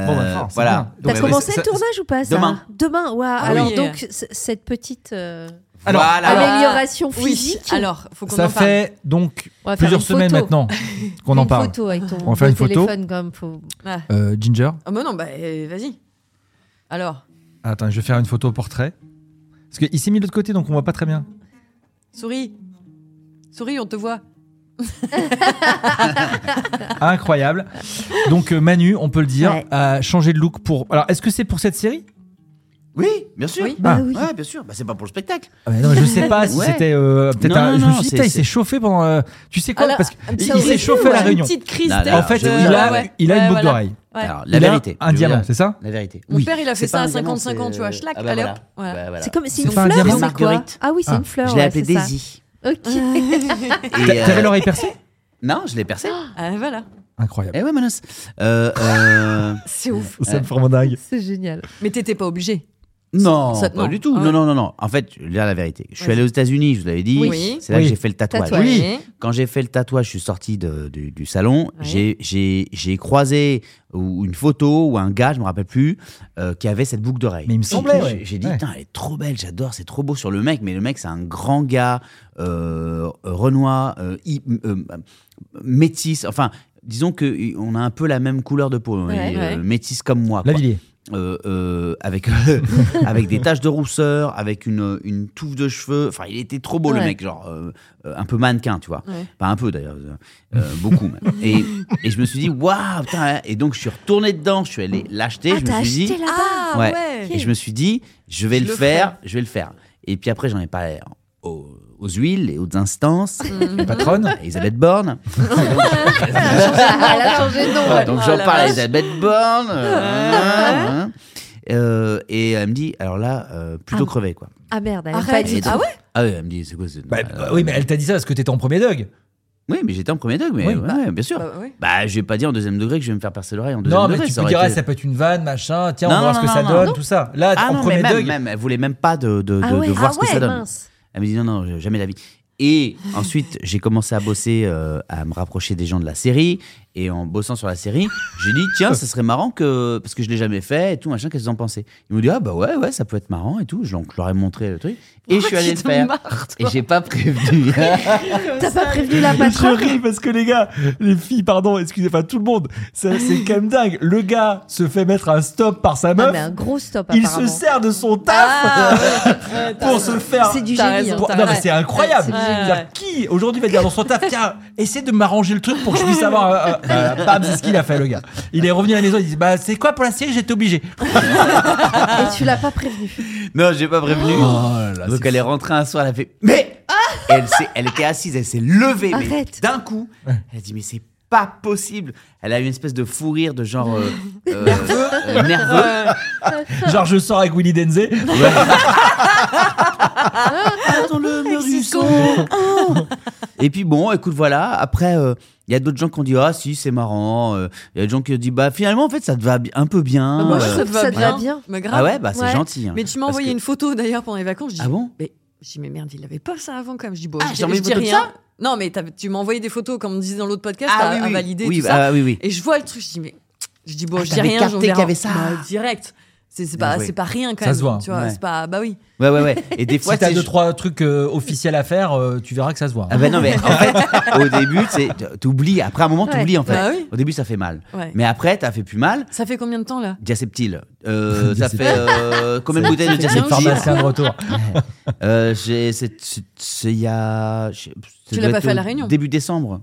C: Bon, bah, fort, c'est
D: Voilà.
C: bien.
B: T'as
D: Donc,
B: commencé
D: ça-
B: le tournage ou pas ça
D: Demain.
B: Demain, waouh.
D: Ah
B: Alors
D: oui.
B: donc c- cette petite euh,
D: Alors, Voilà.
B: amélioration
A: Oui,
B: physique.
A: alors, faut qu'on
C: Ça
A: en parle.
C: fait donc
B: On va faire
C: plusieurs
B: une
C: semaines
B: photo.
C: maintenant qu'on
B: Fais
C: en
B: une
C: parle.
B: photo avec ton
C: on va faire une photo.
B: téléphone comme faut.
A: Ah.
C: Euh, Ginger,
A: Ah bah non, bah euh, vas-y. Alors,
C: attends, je vais faire une photo portrait. Parce qu'il s'est mis de l'autre côté, donc on voit pas très bien.
A: souris. Souris, on te voit.
C: Incroyable. Donc euh, Manu, on peut le dire,
B: Ouais.
C: a changé de look pour. Alors, est-ce que c'est pour cette série
D: Oui, bien sûr.
A: Oui.
C: Bah
D: Bah,
C: oui.
D: bien sûr. Bah, c'est pas pour le spectacle.
C: Ah, mais non, mais je sais pas si
D: Ouais.
C: c'était euh, peut-être.
D: Non,
C: un-
D: non,
C: je me
D: non,
C: suis dit,
D: c'est-
C: putain, il
D: c'est-
C: s'est chauffé pendant. euh, Tu sais quoi
A: Alors,
C: Parce
A: un petit
C: qu'il s'est
A: risque,
C: chauffé à la
A: ouais,
C: réunion.
A: Une petite crise.
D: Là, là,
C: En fait,
D: je vais vous
C: il
D: dire,
C: a,
A: ouais.
C: il a
A: Ouais,
C: une boucle
A: voilà.
C: d'oreille.
A: Ouais.
D: Alors, la
C: Il a
D: vérité.
C: Un
D: je veux
C: diamant,
D: dire,
C: c'est ça
D: La vérité.
A: Mon
D: Oui.
A: père, il a
D: C'est
A: fait
D: pas
A: ça à
D: un diamant,
A: 55 ans,
D: c'est-
A: tu vois. Schlack,
D: Ah bah
A: allez
D: voilà.
A: hop. Voilà.
D: Ouais, voilà.
B: C'est comme c'est
C: C'est
B: une
C: pas un
B: fleur,
C: diamant.
B: c'est quoi
D: Marguerite.
B: Ah oui, c'est
C: Ah.
B: une fleur.
D: Je
B: ouais,
D: l'ai appelée
B: c'est ça.
D: Daisy.
B: Ok.
C: T'a-
D: Et,
C: T'avais
D: euh,
C: l'oreille percée
D: Non, je l'ai percée.
A: Ah, voilà.
C: Incroyable.
D: Eh ouais, Manos. Euh, euh,
A: (laughs) C'est ouf.
C: Ça me forme dingue.
B: (laughs) C'est génial.
A: Mais t'étais pas obligé.
D: Non,
A: Ça-
D: pas
A: non.
D: du tout.
A: Ah ouais.
D: Non, non, non, non. En fait, je vais dire la vérité. Je suis
A: Vas-y.
D: allé aux États-Unis, je vous l'avais dit.
A: Oui.
D: C'est là
C: Oui.
D: que j'ai fait le tatouage.
B: Tatouage.
A: Oui.
D: Quand j'ai fait le tatouage, je suis sorti de- du, du salon.
A: Ouais.
D: J'ai- J'ai j'ai croisé ou- une photo ou un gars, je me rappelle plus, euh, qui avait cette boucle d'oreille.
C: Mais il me
D: Et
C: semblait,
D: j'ai-
C: ouais.
D: J'ai dit,
C: Ouais.
D: putain, elle est trop belle, j'adore, c'est trop beau sur le mec. Mais le mec, c'est un grand gars, euh, euh, Renoir, euh, hi- euh, métis. Enfin, disons qu'on a un peu la même couleur de peau. hein,
B: Ouais,
D: et, euh,
A: ouais.
D: Métis comme moi. quoi.
C: Lavillier.
D: Euh, euh, avec, (laughs) avec des taches de rousseur, avec une, une touffe de cheveux. Enfin, il était trop beau le
B: Ouais.
D: mec, genre euh, euh, un peu mannequin, tu vois.
A: Ouais.
D: Pas un peu d'ailleurs, euh, euh, beaucoup
B: (laughs)
D: même. Et, et je me suis dit, waouh, putain. hein. Et donc, je suis retourné dedans, je suis allé l'acheter.
B: Ah,
D: je
B: t'as
D: me suis
B: acheté
D: dit,
B: là-bas
A: Ah, ouais.
D: Et je me suis dit, je vais
A: Je
D: le,
A: le
D: faire,
A: ferai.
D: je vais le faire. Et puis après, j'en ai parlé aux, aux huiles et aux instances.
C: La patronne.
D: à (laughs) Elisabeth Borne. Ah,
B: Elle a changé de nom. ouais.
D: Donc
A: Oh
D: j'en
A: la
D: parle à
A: vache.
D: Elisabeth Borne.
B: Ah.
D: euh, hein, euh, et elle me dit, alors là, euh, plutôt
A: Ah.
D: crevé, quoi.
B: Ah merde, elle a pas
A: Arrête.
B: dit.
A: Ah ouais
D: Ah oui, elle me dit, c'est quoi ce-
C: Bah,
D: euh,
C: bah, oui, mais elle t'a dit ça parce que t'étais en premier Doug.
D: Oui, mais j'étais en premier degré, mais
C: Oui.
D: ouais, ouais, bien sûr.
A: Bah, ouais.
D: Bah, je vais pas dire en deuxième degré que je vais me faire percer l'oreille en deuxième
C: Non, mais
D: degré.
C: tu
D: ça
C: peux
D: aurait
C: dire,
D: été-
C: ah, ça peut être une vanne, machin, tiens,
D: Non,
C: on va voir
D: non,
C: ce que
D: non,
C: ça
D: non,
C: donne,
D: non.
C: tout ça. Là,
D: Ah
C: en
D: non, mais
C: premier
D: même,
C: Doug.
D: même, elle voulait même pas de, de- de-
B: Ah
D: de
B: ouais,
D: voir
B: ah
D: ce que ça
B: ouais,
D: donne.
B: mince.
D: Elle me dit non, non, jamais la vie. Et ensuite, j'ai commencé à bosser, euh, à me rapprocher des gens de la série. Et en bossant sur la série, j'ai dit tiens, ça serait marrant que. Parce que je l'ai jamais fait et tout, machin, qu'est-ce que vous en pensez Ils m'ont dit ah bah ouais, ouais, ça peut être marrant et tout. Je, leur- je leur ai montré le truc. Et je suis allé le
A: Tu te
D: faire.
A: marres,
D: Et
A: toi.
D: j'ai
A: (laughs)
D: pas prévenu.
B: T'as pas prévenu la
C: Je
B: patronne
C: ris parce que les gars, les filles, pardon, excusez, enfin tout le monde, ça, c'est quand même dingue. Le gars se fait mettre un stop par sa
B: Ah,
C: meuf.
B: mais un gros stop
C: il
B: apparemment. Ah.
C: se sert de son taf pour se faire.
B: C'est du
A: Ah, T'as
B: génie.
A: raison,
B: hein.
C: pour-
A: t'as
C: Non, mais
A: raison.
C: c'est incroyable.
A: Ouais, c'est
C: C'est-à-dire,
A: génial.
C: Qui aujourd'hui va dire dans son taf, tiens, essaie de m'arranger le truc pour que je puisse avoir. euh, euh, voilà,
A: (laughs)
C: bam, c'est ce qu'il a fait, le gars. Il est revenu à la maison, il dit, bah c'est quoi pour la série, j'étais obligé.
A: Ah.
B: Et tu l'as pas prévenu.
D: non, j'ai pas prévenu.
A: Oh Bah,
D: Donc elle est rentrée un soir, elle a
A: Ah
D: fait mais Et elle, s'est- elle était assise, elle s'est levée mais
B: Arrête.
D: d'un coup. Elle a dit mais c'est pas possible. Elle a eu une espèce de fou rire de genre euh, euh, euh, nerveux.
C: (laughs) Genre, je sors avec Willy Denzé.
D: (laughs) Attends le mur du son. Ah. Et puis bon, écoute, voilà. Après, euh, il y a d'autres gens qui ont dit ah si c'est marrant. Euh, Il y a des gens qui ont dit bah finalement en fait ça te va bi- un peu bien.
A: Bah, moi,
D: Euh,
A: ça te va
B: ça te
A: bien.
B: va bien.
A: Mais
D: Ah ouais, bah, c'est gentil, hein.
A: Mais tu m'as
D: Parce
A: envoyé
D: que-
A: une photo d'ailleurs pendant les vacances. Je dis,
D: Ah bon
A: mais, je dis, mais merde, il avait pas ça avant quand même. Je dis, bon,
D: Ah,
A: je dis-
D: j'ai envie
A: je
D: de
A: dis
D: photo de
A: rien.
D: ça
A: Non, mais t'as- tu m'as envoyé des photos, comme on disait dans l'autre podcast,
D: Ah
A: à,
D: oui,
A: à
D: oui.
A: valider.
D: Oui,
A: tout
D: bah,
A: ça.
D: ah oui, oui.
A: Et je vois le truc, je dis, mais je dis, bon,
D: Ah,
A: je dis
D: t'avais
A: rien.
D: capté
A: j'en
D: qu'il y
A: verrai.
D: avait ça.
A: Bah, direct. C'est c'est pas,
D: Ah oui.
A: c'est pas rien quand
C: Ça
A: même.
C: se voit,
A: Tu vois,
C: ouais.
A: c'est pas. Bah oui.
D: Ouais ouais ouais.
A: (laughs)
D: Et des
C: Si
D: fois
C: t'as
D: tu sais,
C: deux
D: je-
C: trois trucs euh, officiels à faire, euh, tu verras que ça se voit.
D: Ah ben non mais en fait au début c'est t'oublies après un moment
A: Ouais.
D: t'oublies en fait.
A: Bah oui.
D: Au début ça fait mal.
A: Ouais.
D: Mais après t'as fait plus mal.
A: Ça fait combien de temps là
D: Diaceptile.
A: (laughs)
D: Euh, ça fait
C: Diaceptile.
D: euh, combien de
C: C'est-
D: bouteilles de
C: c'est le
D: diaceptile
C: pharmacien de retour.
D: Euh, j'ai- c'est- c'est- c'est il y a. je- ça
A: l'as
D: doit
A: pas
D: être
A: fait à
D: au
A: La Réunion
D: Début décembre.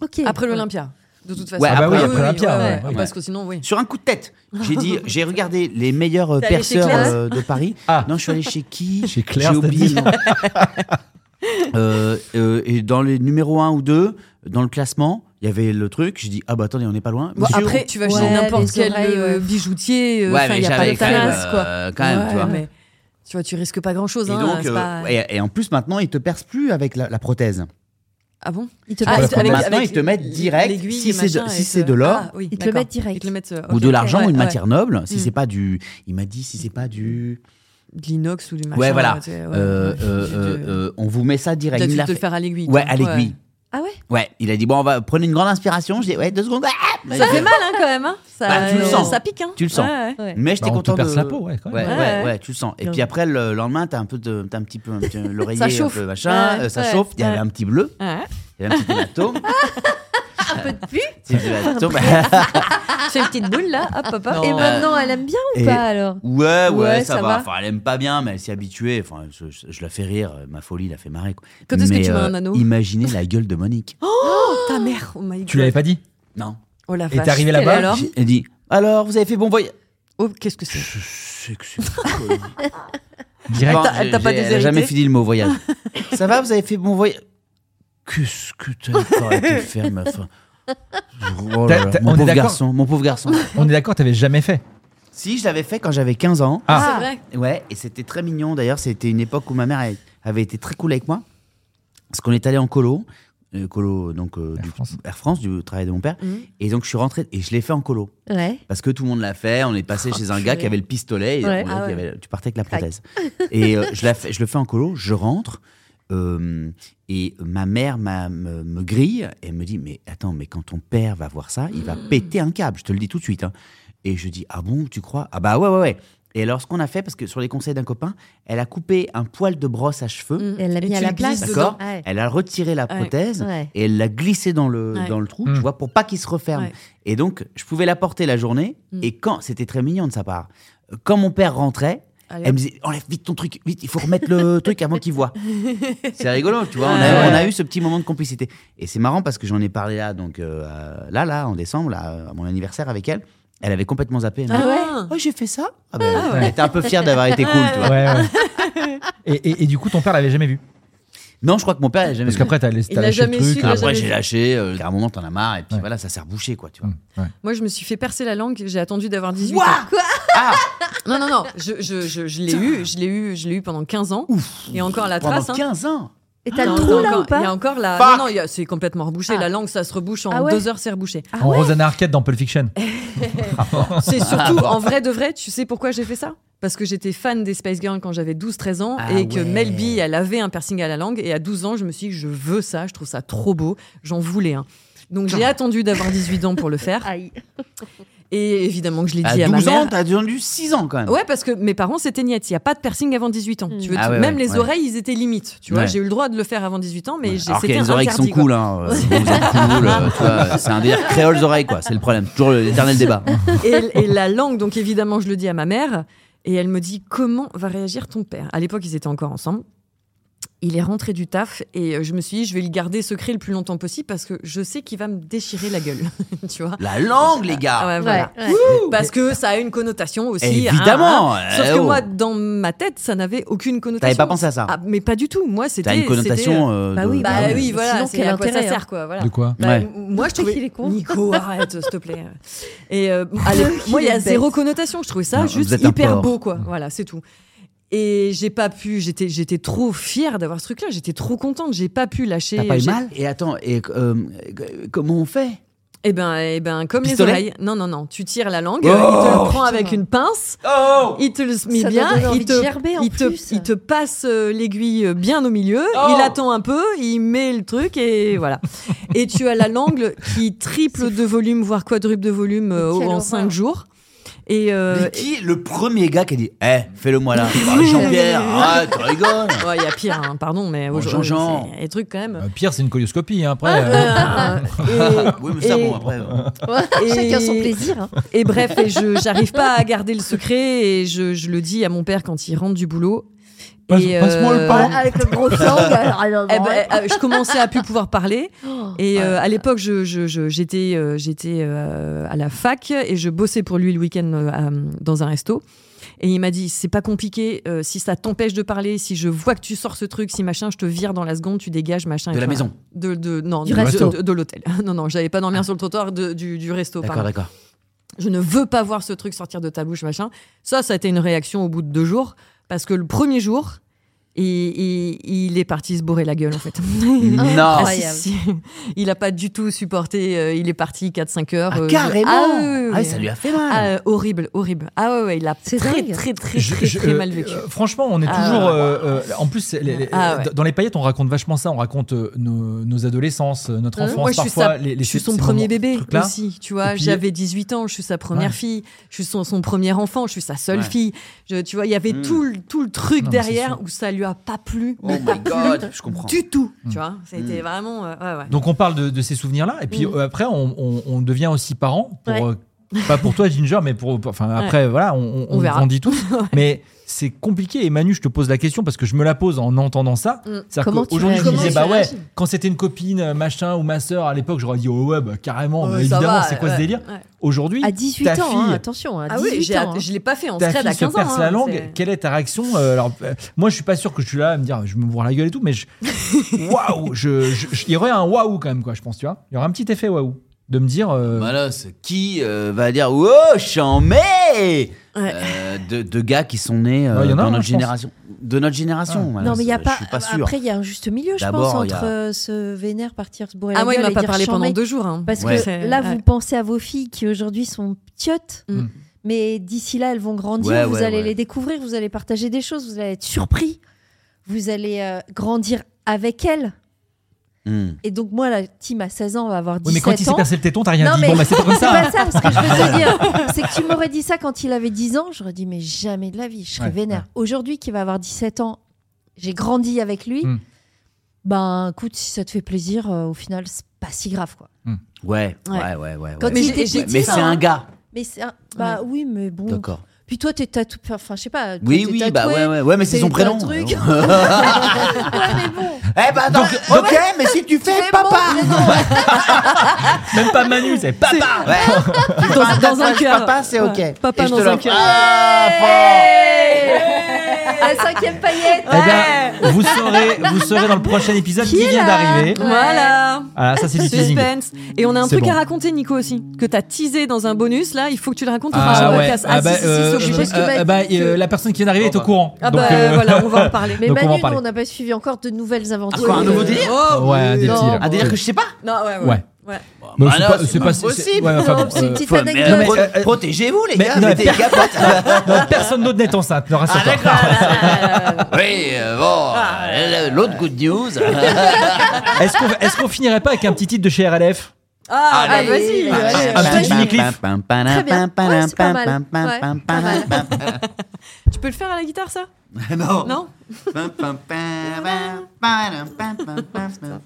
B: Ok.
A: Après l'Olympia. De toute façon.
D: Ouais, Ah bah après- oui,
C: après l'Olympia, ouais, ouais.
A: Parce que sinon, oui.
D: Sur un coup de tête,
A: (laughs)
D: j'ai dit, j'ai regardé les meilleurs euh,
A: T'es allé chez
D: perceurs
A: Claire
D: euh, de Paris. Non, je suis allé chez qui
C: Ah. (laughs) Chez Claire,
D: J'ai oublié.
C: t'as (laughs)
D: le nom. Euh, euh, et dans les numéros 1 ou 2, dans le classement, il y avait le truc. J'ai dit, ah bah attendez, on n'est pas loin.
A: Bon,
D: Monsieur-
A: après, tu vas chez
B: Ouais,
A: n'importe
B: les
A: quel
B: oreilles,
A: euh,
B: ouais.
A: bijoutier.
D: Ouais,
A: Ouais,
D: mais
A: il y a pas
D: j'avais
A: de
D: quand même,
A: talas, quoi.
D: euh, quand même, tu vois.
A: mais tu vois, tu risques pas grand chose.
D: Et,
A: Hein,
D: donc,
A: c'est
D: euh,
A: pas-
D: et, et en plus, maintenant, ils te percent plus avec la, la prothèse.
A: Ah bon
B: Ils te
A: Ah,
B: mettent-
A: ils te- avec-
D: Maintenant,
A: avec
D: ils te mettent
A: l-
D: direct,
A: l'aiguille
D: si
A: et
D: c'est de-
A: machin,
D: si
A: et
D: c'est
A: te-
D: de l'or,
A: Ah oui,
B: ils te le
A: d'accord.
B: mettent direct.
A: Ils te le mettent, euh,
D: Ou
A: ok,
D: de
A: ok.
D: l'argent
A: Ouais,
D: ou une
A: ouais.
D: matière noble. Si
A: Mm.
D: c'est pas du. Il m'a dit, si c'est pas du.
A: De l'inox ou du machin.
D: ouais, voilà.
A: tu sais, ouais.
D: Euh, euh,
A: Tu-
D: euh, euh, on vous met ça direct.
A: Peut-être
D: Il
A: tu
D: l'a
A: te le
D: fait.
A: faire à l'aiguille,
D: Ouais,
A: toi.
D: à l'aiguille.
A: Ouais.
B: Ah ouais
D: Ouais, il a dit bon, on va prendre une grande inspiration. J'ai dit ouais, deux secondes. Ah
A: Ça fait mal hein, quand même. Hein. Ça,
D: Bah, tu le sens.
A: ça pique. Hein.
D: Tu le sens.
A: Ouais, ouais.
D: Mais j'étais
C: Bah, on te
D: content
C: perce
D: de.
C: la peau, ouais, quand même.
D: Ouais,
A: Ouais,
D: ouais,
A: ouais.
D: tu le sens. Et
A: Non.
D: puis après, le lendemain, t'as un peu de, t'as un petit peu,
A: (laughs)
D: un petit- l'oreiller,
A: Ça
D: un
A: chauffe.
D: peu machin,
A: Ouais,
D: euh, ça
A: ouais,
D: chauffe. Il y avait
A: ouais.
D: un petit bleu,
A: Ouais.
D: il y avait un
A: (laughs)
D: petit hématome.
B: Un peu de pu
D: C'est de l'hématome.
B: J'ai une petite boule là, hop hop hop.
D: Non.
B: Et
A: euh,
B: maintenant, elle aime bien ou
D: Et-
B: pas alors
D: (laughs) Ouais, ouais,
B: Ouais,
D: ça,
B: ça
D: va.
B: va.
D: Enfin, elle aime pas bien, mais elle s'est habituée. Enfin, je, je- je la fais rire. Ma folie la fait marrer. Quoi.
A: Quand est-ce que
D: Mais,
A: tu veux
D: euh,
A: un anneau
D: Imaginez la gueule de Monique.
A: Oh, ta mère. Oh my god.
C: Tu l'avais pas dit
D: Non. Bah,
A: Oh la
C: Et t'es
A: vache.
C: arrivé
A: Elle,
C: là-bas,
A: alors
D: J'ai- Elle dit alors, vous avez fait bon voyage.
A: Oh, qu'est-ce que c'est
D: Je sais que c'est une connerie.
C: (laughs) Direct.
D: Enfin,
A: elle t'a pas
D: j'ai- elle a
A: déshérité
D: jamais fini le mot voyage. (laughs) ça va, vous avez fait bon voyage. Qu'est-ce que t'as encore été faire, ma femme Oh là
C: T'as-
D: là,
C: t'as- on
D: mon
C: est
D: pauvre
C: d'accord
D: garçon, mon pauvre garçon.
C: On est d'accord, t'avais jamais fait.
D: (laughs) si, je l'avais fait quand j'avais 15 ans.
C: Ah.
A: C'est vrai.
D: Ouais, et c'était très mignon. D'ailleurs, c'était une époque où ma mère elle, avait été très cool avec moi. Parce qu'on est allé en colo. euh, colo, donc, euh, du,
C: France.
D: Air France, du travail de mon père. Et donc, je suis rentré et je l'ai fait en colo.
B: Ouais.
D: Parce que tout le monde l'a fait. On est passé chez un gars qui avait le pistolet. Et
B: Oh, Ouais.
D: on l'a
B: Ah
D: dit,
B: ouais.
D: il y avait- tu partais avec la prothèse. et euh, je, la fais- je le fais en colo. Je rentre. euh, et ma mère m'a- me, me grille et me dit Mais attends, mais quand ton père va voir ça, il va
B: Ah.
D: péter un câble. Je te le dis tout de suite. hein. Et je dis Ah bon, tu crois Ah bah ouais, ouais, ouais. Et alors, ce qu'on a fait, parce que sur les conseils d'un copain, elle a coupé un poil de brosse à cheveux.
B: Elle l'a
A: Mm. Et
B: mis Mmh. à
A: tu
B: la
A: le
B: place.
A: glisses
D: D'accord
B: dedans. Ah Ouais.
D: Elle a retiré la
A: Ouais.
D: prothèse
B: Ouais.
D: et elle l'a glissée dans le,
A: Ouais.
D: dans le trou,
C: Mm.
D: tu vois, pour pas qu'il se referme.
A: Ouais. Mmh.
D: Et donc, je pouvais la porter la journée. Et quand, c'était très mignon de sa part, quand mon père rentrait,
A: Allez,
D: elle
A: hop.
D: me disait Enlève vite ton truc, vite, il faut
A: (laughs)
D: remettre le truc avant qu'il voit. C'est rigolo, tu vois, on a,
A: Ouais.
D: on a eu ce petit moment de complicité. Et c'est marrant parce que j'en ai parlé là, donc euh, là, là, en décembre, là, à mon anniversaire avec elle. Elle avait complètement zappé. Elle m'a dit,
A: Ah ouais
D: Oh, j'ai fait ça Ah ben,
C: ouais.
D: Elle était un peu fière d'avoir été cool, tu vois.
C: Ouais, ouais. Et, et- et du coup, ton père l'avait jamais vu.
D: Non, je crois que mon père, elle a jamais
C: Parce
D: vu.
C: qu'après, t'as laissé
A: Il
C: t'as
A: l'a
C: lâché le
A: jamais
C: truc.
A: su, il
C: euh,
A: l'a
D: Après,
A: jamais
D: j'ai
A: vu.
D: lâché, euh, à un moment, t'en as marre, et puis
C: Ouais.
D: voilà, ça s'est rebouché, quoi, tu vois.
C: Hum, ouais.
A: Moi, je me suis fait percer la langue. J'ai attendu d'avoir 18 ans.
D: Ah
A: Non, non, non. Je, je, je, je l'ai eu. Je l'ai eu. Je l'ai eu pendant 15 ans. Et encore la
D: Pendant
A: trace. hein.
D: 15 ans
B: Et t'as
A: Non,
B: le
A: non,
B: trou là
A: encore-
B: ou pas
A: Il y a encore la. Non,
D: Fuck.
A: non, il y a- c'est complètement rebouché. La langue, ça se rebouche en
B: Ah ouais.
A: deux heures, c'est rebouché.
C: en Rosanna Arquette dans Pulp Fiction.
A: Eh.
D: (laughs)
A: C'est surtout,
D: Ah
A: en vrai de vrai, tu sais pourquoi j'ai fait ça Parce que j'étais fan des Spice Girls quand j'avais 12-13 ans
D: Ah
A: et que
D: ouais.
A: Mel B, elle avait un piercing à la langue. Et à 12 ans, je me suis dit, je veux ça, je trouve ça trop beau, j'en voulais un. Donc
D: Ah.
A: j'ai attendu d'avoir 18 ans pour le faire.
B: Aïe.
A: Et évidemment que je l'ai
D: À
A: dit à ma
D: 12 ans,
A: mère.
D: t'as attendu 6 ans, quand même.
A: Ouais, parce que mes parents c'était niette. Il n'y a pas de piercing avant 18 ans. Tu veux,
D: Ah
A: tu-
D: ouais,
A: même
D: ouais,
A: les
D: ouais.
A: oreilles, ils étaient limites. Tu vois,
D: Ouais.
A: j'ai eu le droit de le faire avant 18 ans, mais j'ai-
D: Alors qu'il y
A: c'était
D: a des oreilles qui sont
A: interdit, quoi.
D: cool, hein.
A: (laughs)
D: euh, vous êtes cool, euh, tu vois, c'est un délire créole oreilles, quoi. C'est le problème. Toujours l'éternel débat.
A: et, et la langue, donc évidemment, je le dis à ma mère. Et elle me dit comment va réagir ton père. À l'époque, ils étaient encore ensemble. il est rentré du taf et euh, je me suis dit, je vais le garder secret le plus longtemps possible parce que je sais qu'il va me déchirer la gueule. (laughs) tu vois
D: La langue, les gars
A: Ah ouais, voilà.
D: Ouais, ouais.
A: Ouh Parce que ça a une connotation aussi.
D: Eh, Évidemment,
A: hein, hein. Sauf
D: euh,
A: que
D: oh.
A: moi, dans ma tête, ça n'avait aucune connotation.
D: T'avais pas pensé à ça
A: Ah, Mais pas du tout. Moi, c'était.
D: T'as une connotation,
A: c'était,
D: euh,
A: bah
D: de-
A: oui, bah,
D: bah oui.
A: oui, voilà.
B: Sinon,
A: c'est
B: quel
A: à quoi ça
B: intérêt, hein.
A: sert, quoi. Voilà.
C: De quoi
A: Bah,
C: Ouais.
A: m- Moi, je trouvais.
B: qu'il est con.
A: Nico, arrête, s'il te plaît. Et euh, allez, moi, il y a
B: est
A: zéro
B: bête.
A: connotation. Je trouvais ça
D: Non, vous
A: juste
D: êtes un
A: hyper
D: porc.
A: beau, quoi. Voilà, c'est tout. Et j'ai pas pu, j'étais, j'étais trop fière d'avoir ce truc-là, j'étais trop contente, j'ai pas pu lâcher.
D: T'as pas eu
A: j'ai-
D: mal Et attends, et, euh, euh, comment on fait
A: Eh ben, eh ben, comme
D: Pistolet
A: les oreilles. Non, non, non, tu tires la langue,
D: Oh
A: il te le prend avec une pince, il te le met
B: Ça doit
A: bien,
B: donner envie
A: il
B: de
A: te,
B: gerber en
A: il, te,
B: plus.
A: il te passe euh, l'aiguille euh, bien au milieu,
B: Oh
A: il attend un peu, il met le truc et voilà. et tu as la langue qui triple de volume, voire quadruple de volume euh,
D: Mais quelle
A: en
D: horreur.
A: 5 jours. Et euh,
D: Mais qui est le premier gars qui a dit Eh, fais-le moi
A: (laughs)
D: là Bah, Jean-Pierre, arrête, tu rigoles
A: Ouais, Il y a pire, hein, pardon, mais aujourd'hui,
D: Jean-Jean.
A: c'est- les trucs quand
C: (laughs)
A: même.
C: Euh, Pire, c'est une colioscopie, hein, après. hein.
A: Ah, euh, et- Oui, mais ça, et- bon,
D: après.
B: Chacun son plaisir, hein.
A: Et bref, et je j'arrive pas à garder le secret et je, je le dis à mon père quand il rentre du boulot.
B: Passe-
A: Et, euh,
B: passe-moi le pain. Avec le (laughs) gros sang, alors, alors,
A: Eh ben, euh, je commençais à plus pouvoir parler. Et euh, à l'époque, je- je- je- j'étais euh, j'étais euh, à la fac et je bossais pour lui le week-end euh, à- dans un resto. Et il m'a dit c'est pas compliqué. euh, si ça t'empêche de parler, si je vois que tu sors ce truc, si machin, je te vire dans la seconde, tu dégages machin.
D: De
A: et
D: la
A: tout.
D: maison.
A: De, de- non
D: Du
A: de-
D: resto.
A: de- de l'hôtel. (laughs) Non non, j'allais pas dormir sur le trottoir de- du, du resto.
D: D'accord,
A: pardon.
D: d'accord.
A: Je ne veux pas voir ce truc sortir de ta bouche, machin. Ça, ça a été une réaction au bout de deux jours, parce que le premier jour, il, il- il est parti se bourrer la gueule, en fait.
D: Non.
A: Ah, si, si. Il n'a pas du tout supporté, euh, il est parti 4-5 heures.
D: Ah,
A: euh,
D: carrément
A: oui, oui,
D: Ah,
A: oui.
D: ça lui a fait mal.
A: Ah, euh, horrible, horrible. Ah ouais, ouais, il a très, très, très, très,
C: Je-
A: très,
C: je-
A: très
C: euh,
A: mal vécu.
C: euh, franchement, on est
A: Ah,
C: toujours.
A: ouais.
C: euh, euh, en plus, les- les-
A: Ah, ouais.
C: dans les paillettes, on raconte vachement ça. On raconte euh, nos, nos adolescences, euh, notre
A: Hein
C: enfance,
A: Moi, je suis,
C: parfois.
A: sa-
C: les, les-
A: je suis
C: ces-
A: son
C: ces
A: premier
C: moments-
A: bébé
C: ces trucs-là.
A: aussi, tu vois.
C: Et puis-
A: J'avais 18 ans, je suis sa première
C: Ouais.
A: fille, je suis son, son premier enfant, je suis sa seule
C: Ouais.
A: fille. Je- tu vois, il y avait
C: Mm.
A: tout, le, tout le truc
C: Non, mais c'est
A: derrière où ça lui a pas plu.
D: Hmm. Oh
A: mais
D: my
A: pas
B: (laughs)
A: plu
D: God, je comprends. Hmm.
A: Du tout, tu
C: Mm.
A: vois. C'était vraiment. euh, ouais, ouais.
C: Donc, on parle de, de ces souvenirs-là. Et puis
A: Mhm.
C: euh, après, on, on- on devient aussi parent. Pour,
A: Ouais.
C: euh, pas pour toi, Ginger, mais pour. pour- Enfin,
A: Ouais.
C: après, voilà, on,
A: On verra.
C: dit tout.
A: (laughs)
C: Mais. C'est compliqué et Manu, je te pose la question parce que je me la pose en entendant ça.
A: Mm.
C: C'est-à-dire
A: Comment tu
C: qu'aujourd'hui, je me
A: réagis
C: disais, bah
A: Comment tu
C: ouais,
A: réagis
C: quand c'était une copine, euh, machin, ou ma sœur, à l'époque, j'aurais dit, oh ouais, bah, carrément,
A: Ouais,
C: bah,
A: ça
C: évidemment,
A: va,
C: c'est quoi
A: ouais,
C: ce délire
A: ouais.
C: Aujourd'hui,
B: À 18
C: ta
B: ans, hein,
C: fille-
B: attention, à
A: Ah oui,
B: 18
A: j'ai-
B: ans. hein.
A: je l'ai pas fait en
C: ta
A: scred à
C: fille se
A: 15 ans.
C: perce
A: hein,
C: la langue,
A: c'est-
C: quelle est ta réaction Euh, Alors, euh, moi, je suis pas sûr que je suis là à me dire, je vais me voir la gueule et tout,
A: (laughs)
C: mais je- waouh, je, je- je- il y aurait un waouh quand même, quoi. Je pense, tu vois, il y aurait un petit effet waouh de me dire, euh,
D: Voilà, ce qui euh, va dire Wow, chambé Euh, de, de gars qui sont nés euh,
C: Ouais, il y en a
D: dans
C: un,
D: notre
C: je pense.
D: génération. De notre génération. voilà,
B: non, mais il y a
D: Bah, je-
B: pas. euh,
D: Je suis pas sûr.
B: Après, il y a un juste milieu, je pense,
D: D'abord, il y a-
B: entre euh, se vénère, partir se bourrer
A: Ah,
B: la
A: moi, il
B: gueule
A: m'a
B: et
A: pas
B: dire
A: parlé pendant
B: chambé.
A: deux jours, hein.
B: Parce
D: Ouais.
B: que
A: C'est-
B: là,
A: ouais.
B: vous pensez à vos filles qui aujourd'hui sont piottes,
A: Mm.
B: mais d'ici là, elles vont grandir.
D: Ouais,
B: vous
D: ouais,
B: allez
D: ouais.
B: les découvrir, vous allez partager des choses, vous allez être surpris, vous allez euh, grandir avec elles.
D: Hmm.
B: Et donc, moi, la team à 16 ans va avoir 17
C: oui, mais quand il s'est
B: ans.
C: percé le téton, t'as rien
B: Non,
C: dit.
B: mais
C: Bon, bah, c'est pas
B: (laughs)
C: comme ça.
A: (laughs)
B: pas ça, ce que je
C: (laughs)
B: veux te dire. C'est que tu m'aurais dit ça quand il avait 10 ans, j'aurais dit, mais jamais de la vie, je serais
C: Ouais,
B: vénère. Aujourd'hui, qu'il va avoir 17 ans, j'ai grandi avec lui.
C: Hmm.
B: Ben, écoute, si ça te fait plaisir, euh, au final, c'est pas si grave, quoi.
D: Ouais,
B: Ouais.
D: ouais, ouais. ouais,
B: Quand
D: ouais.
B: il était petit,
D: mais
B: ça,
D: c'est
B: hein.
D: un gars.
B: Mais c'est un- Bah oui, mais bon.
D: D'accord.
B: Puis toi, t'es tatoué. Enfin, je sais pas. toi,
D: Oui,
B: t'es
D: oui,
B: tatoué,
D: bah ouais, ouais, ouais, mais c'est
B: t'es
D: son
B: plein
D: prénom.
B: de trucs.
D: Ouais,
B: (laughs) ouais, mais
C: (laughs)
B: bon.
D: Eh ben, donc, ok, mais si
B: (laughs)
D: tu fais papa
C: Même pas Manu, c'est
D: (laughs)
C: papa.
D: Ouais.
A: Dans, dans un
D: tatouage
A: cœur.
D: papa, c'est ok.
A: Ouais. Papa
D: Et je te
A: dans un
D: l'offre.
A: cœur.
D: Ah, fort.
B: La cinquième paillette.
C: Eh ben, vous saurez, vous saurez dans le prochain épisode qui,
A: est là
C: vient d'arriver.
A: Voilà.
C: Voilà, ça c'est du teasing.
A: Suspense. Et on a un
C: C'est
A: truc
C: bon.
A: à raconter, Nico aussi, que t'as teasé dans un bonus. Là, il faut que tu le racontes. au prochain
C: Ah ouais,
A: podcast.
C: ah bah,
A: si, si, si,
C: euh,
A: c'est obligé.
C: euh, bah, euh, la personne qui vient d'arriver est au courant.
A: Ah
C: Donc,
A: bah,
C: euh,
A: voilà, on va en parler.
B: Mais
C: donc on va en
B: Manu, nous,
C: parler.
B: on n'a pas suivi encore de nouvelles aventures.
C: euh,
D: quoi, un nouveau délire
A: Oh,
C: (laughs) Ouais, des
B: Non,
C: petits, là.
D: Un délire que Ah, je sais pas.
A: Non, ouais, ouais.
C: Ouais.
A: ouais.
C: Bah,
D: Bah
C: c'est
D: non,
C: pas-
D: c'est
C: c'est
D: pas
C: pas c'est-
D: possible.
C: c'est- ouais, enfin, bon,
B: C'est une
C: euh,
B: petite
D: Faut-
B: anecdate.
D: mais,
C: aneclin.
D: pro- Protégez-vous, les
C: mais-
D: gars,
C: non,
D: mettez
C: mais-
D: les capotes.
C: non, personne d'autre n'est enceinte, ne rassure-toi.
D: (laughs)
A: Ah
D: Oui, euh, bon, euh, l'autre good news. (laughs)
C: Est-ce qu'on est-ce qu'on finirait pas avec un petit titre de chez RLF
A: Ah,
D: Allez.
A: bah, vas-y. allez.
C: Un petit
D: Très
C: Jimmy
D: bien.
C: Cliff.
B: Très bien. Ouais, c'est pas mal. Ouais, pas mal.
A: Tu peux le faire à la guitare, ça
D: Non.
A: Non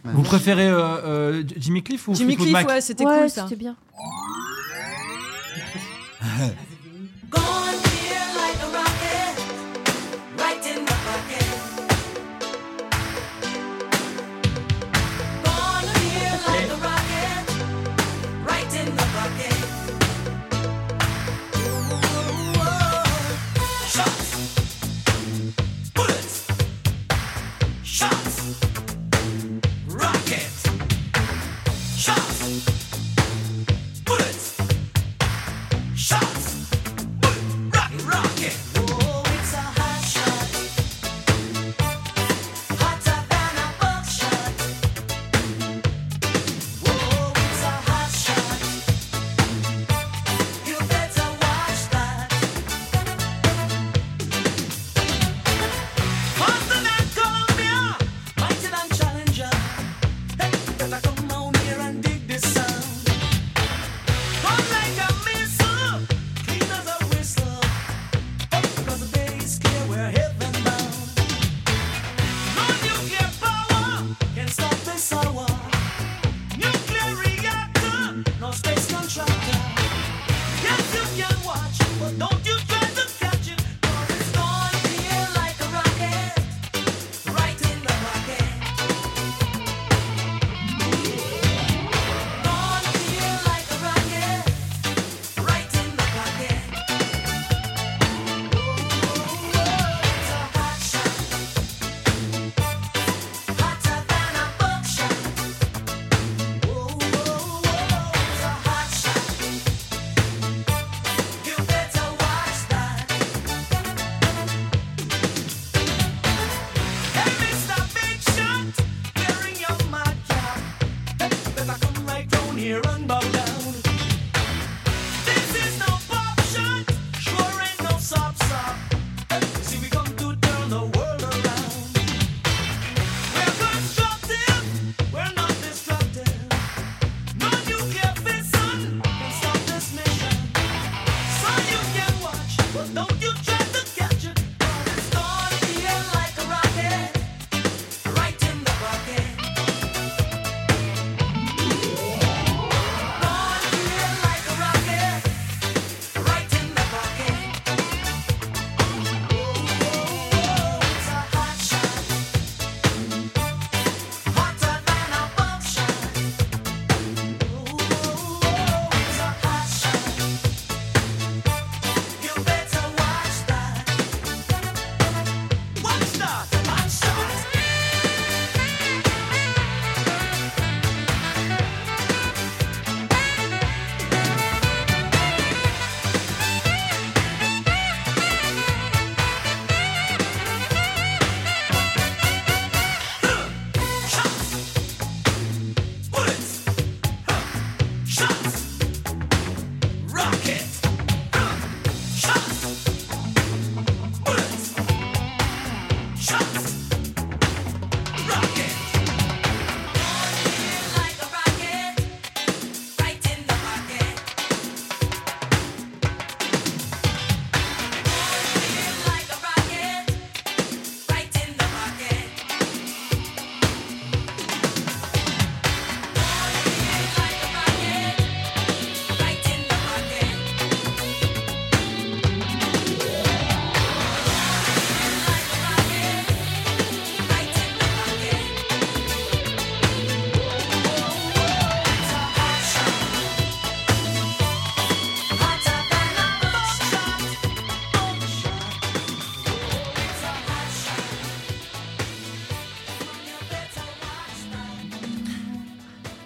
C: Vous préférez euh, euh, Jimmy Cliff ou
A: Jimmy
C: Fleetwood
A: Cliff,
C: Mac
A: ouais, c'était
B: Ouais,
A: cool ça.
B: c'était bien.
L: Right in the pocket.
A: Oh,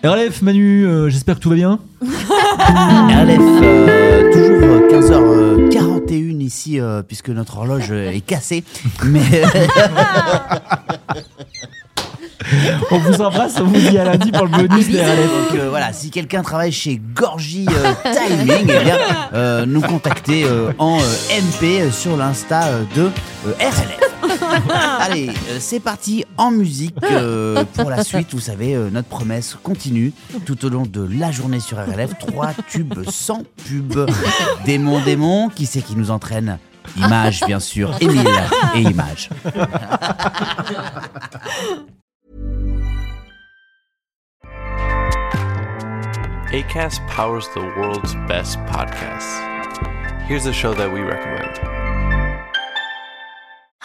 C: RLF, Manu, euh, j'espère que tout va bien.
D: RLF, euh, toujours euh, 15h41 ici, euh, puisque notre horloge euh, est cassée. Mais euh,
C: On vous embrasse, on vous dit à lundi pour le bonus des RLF.
D: Ah, Donc euh, voilà, si quelqu'un travaille chez Gorgie euh, Timing, eh bien, euh, nous contacter euh, en euh, MP euh, sur l'Insta euh, de euh, RLF. Allez, euh, c'est parti en musique euh, pour la suite. Vous savez, euh, notre promesse continue tout au long de la journée sur RLF. Trois tubes sans pub. Démon, démon, qui c'est qui nous entraîne Image, bien sûr. Émile et Image.
G: ACAST powers the world's best podcasts. Here's a show that we recommend.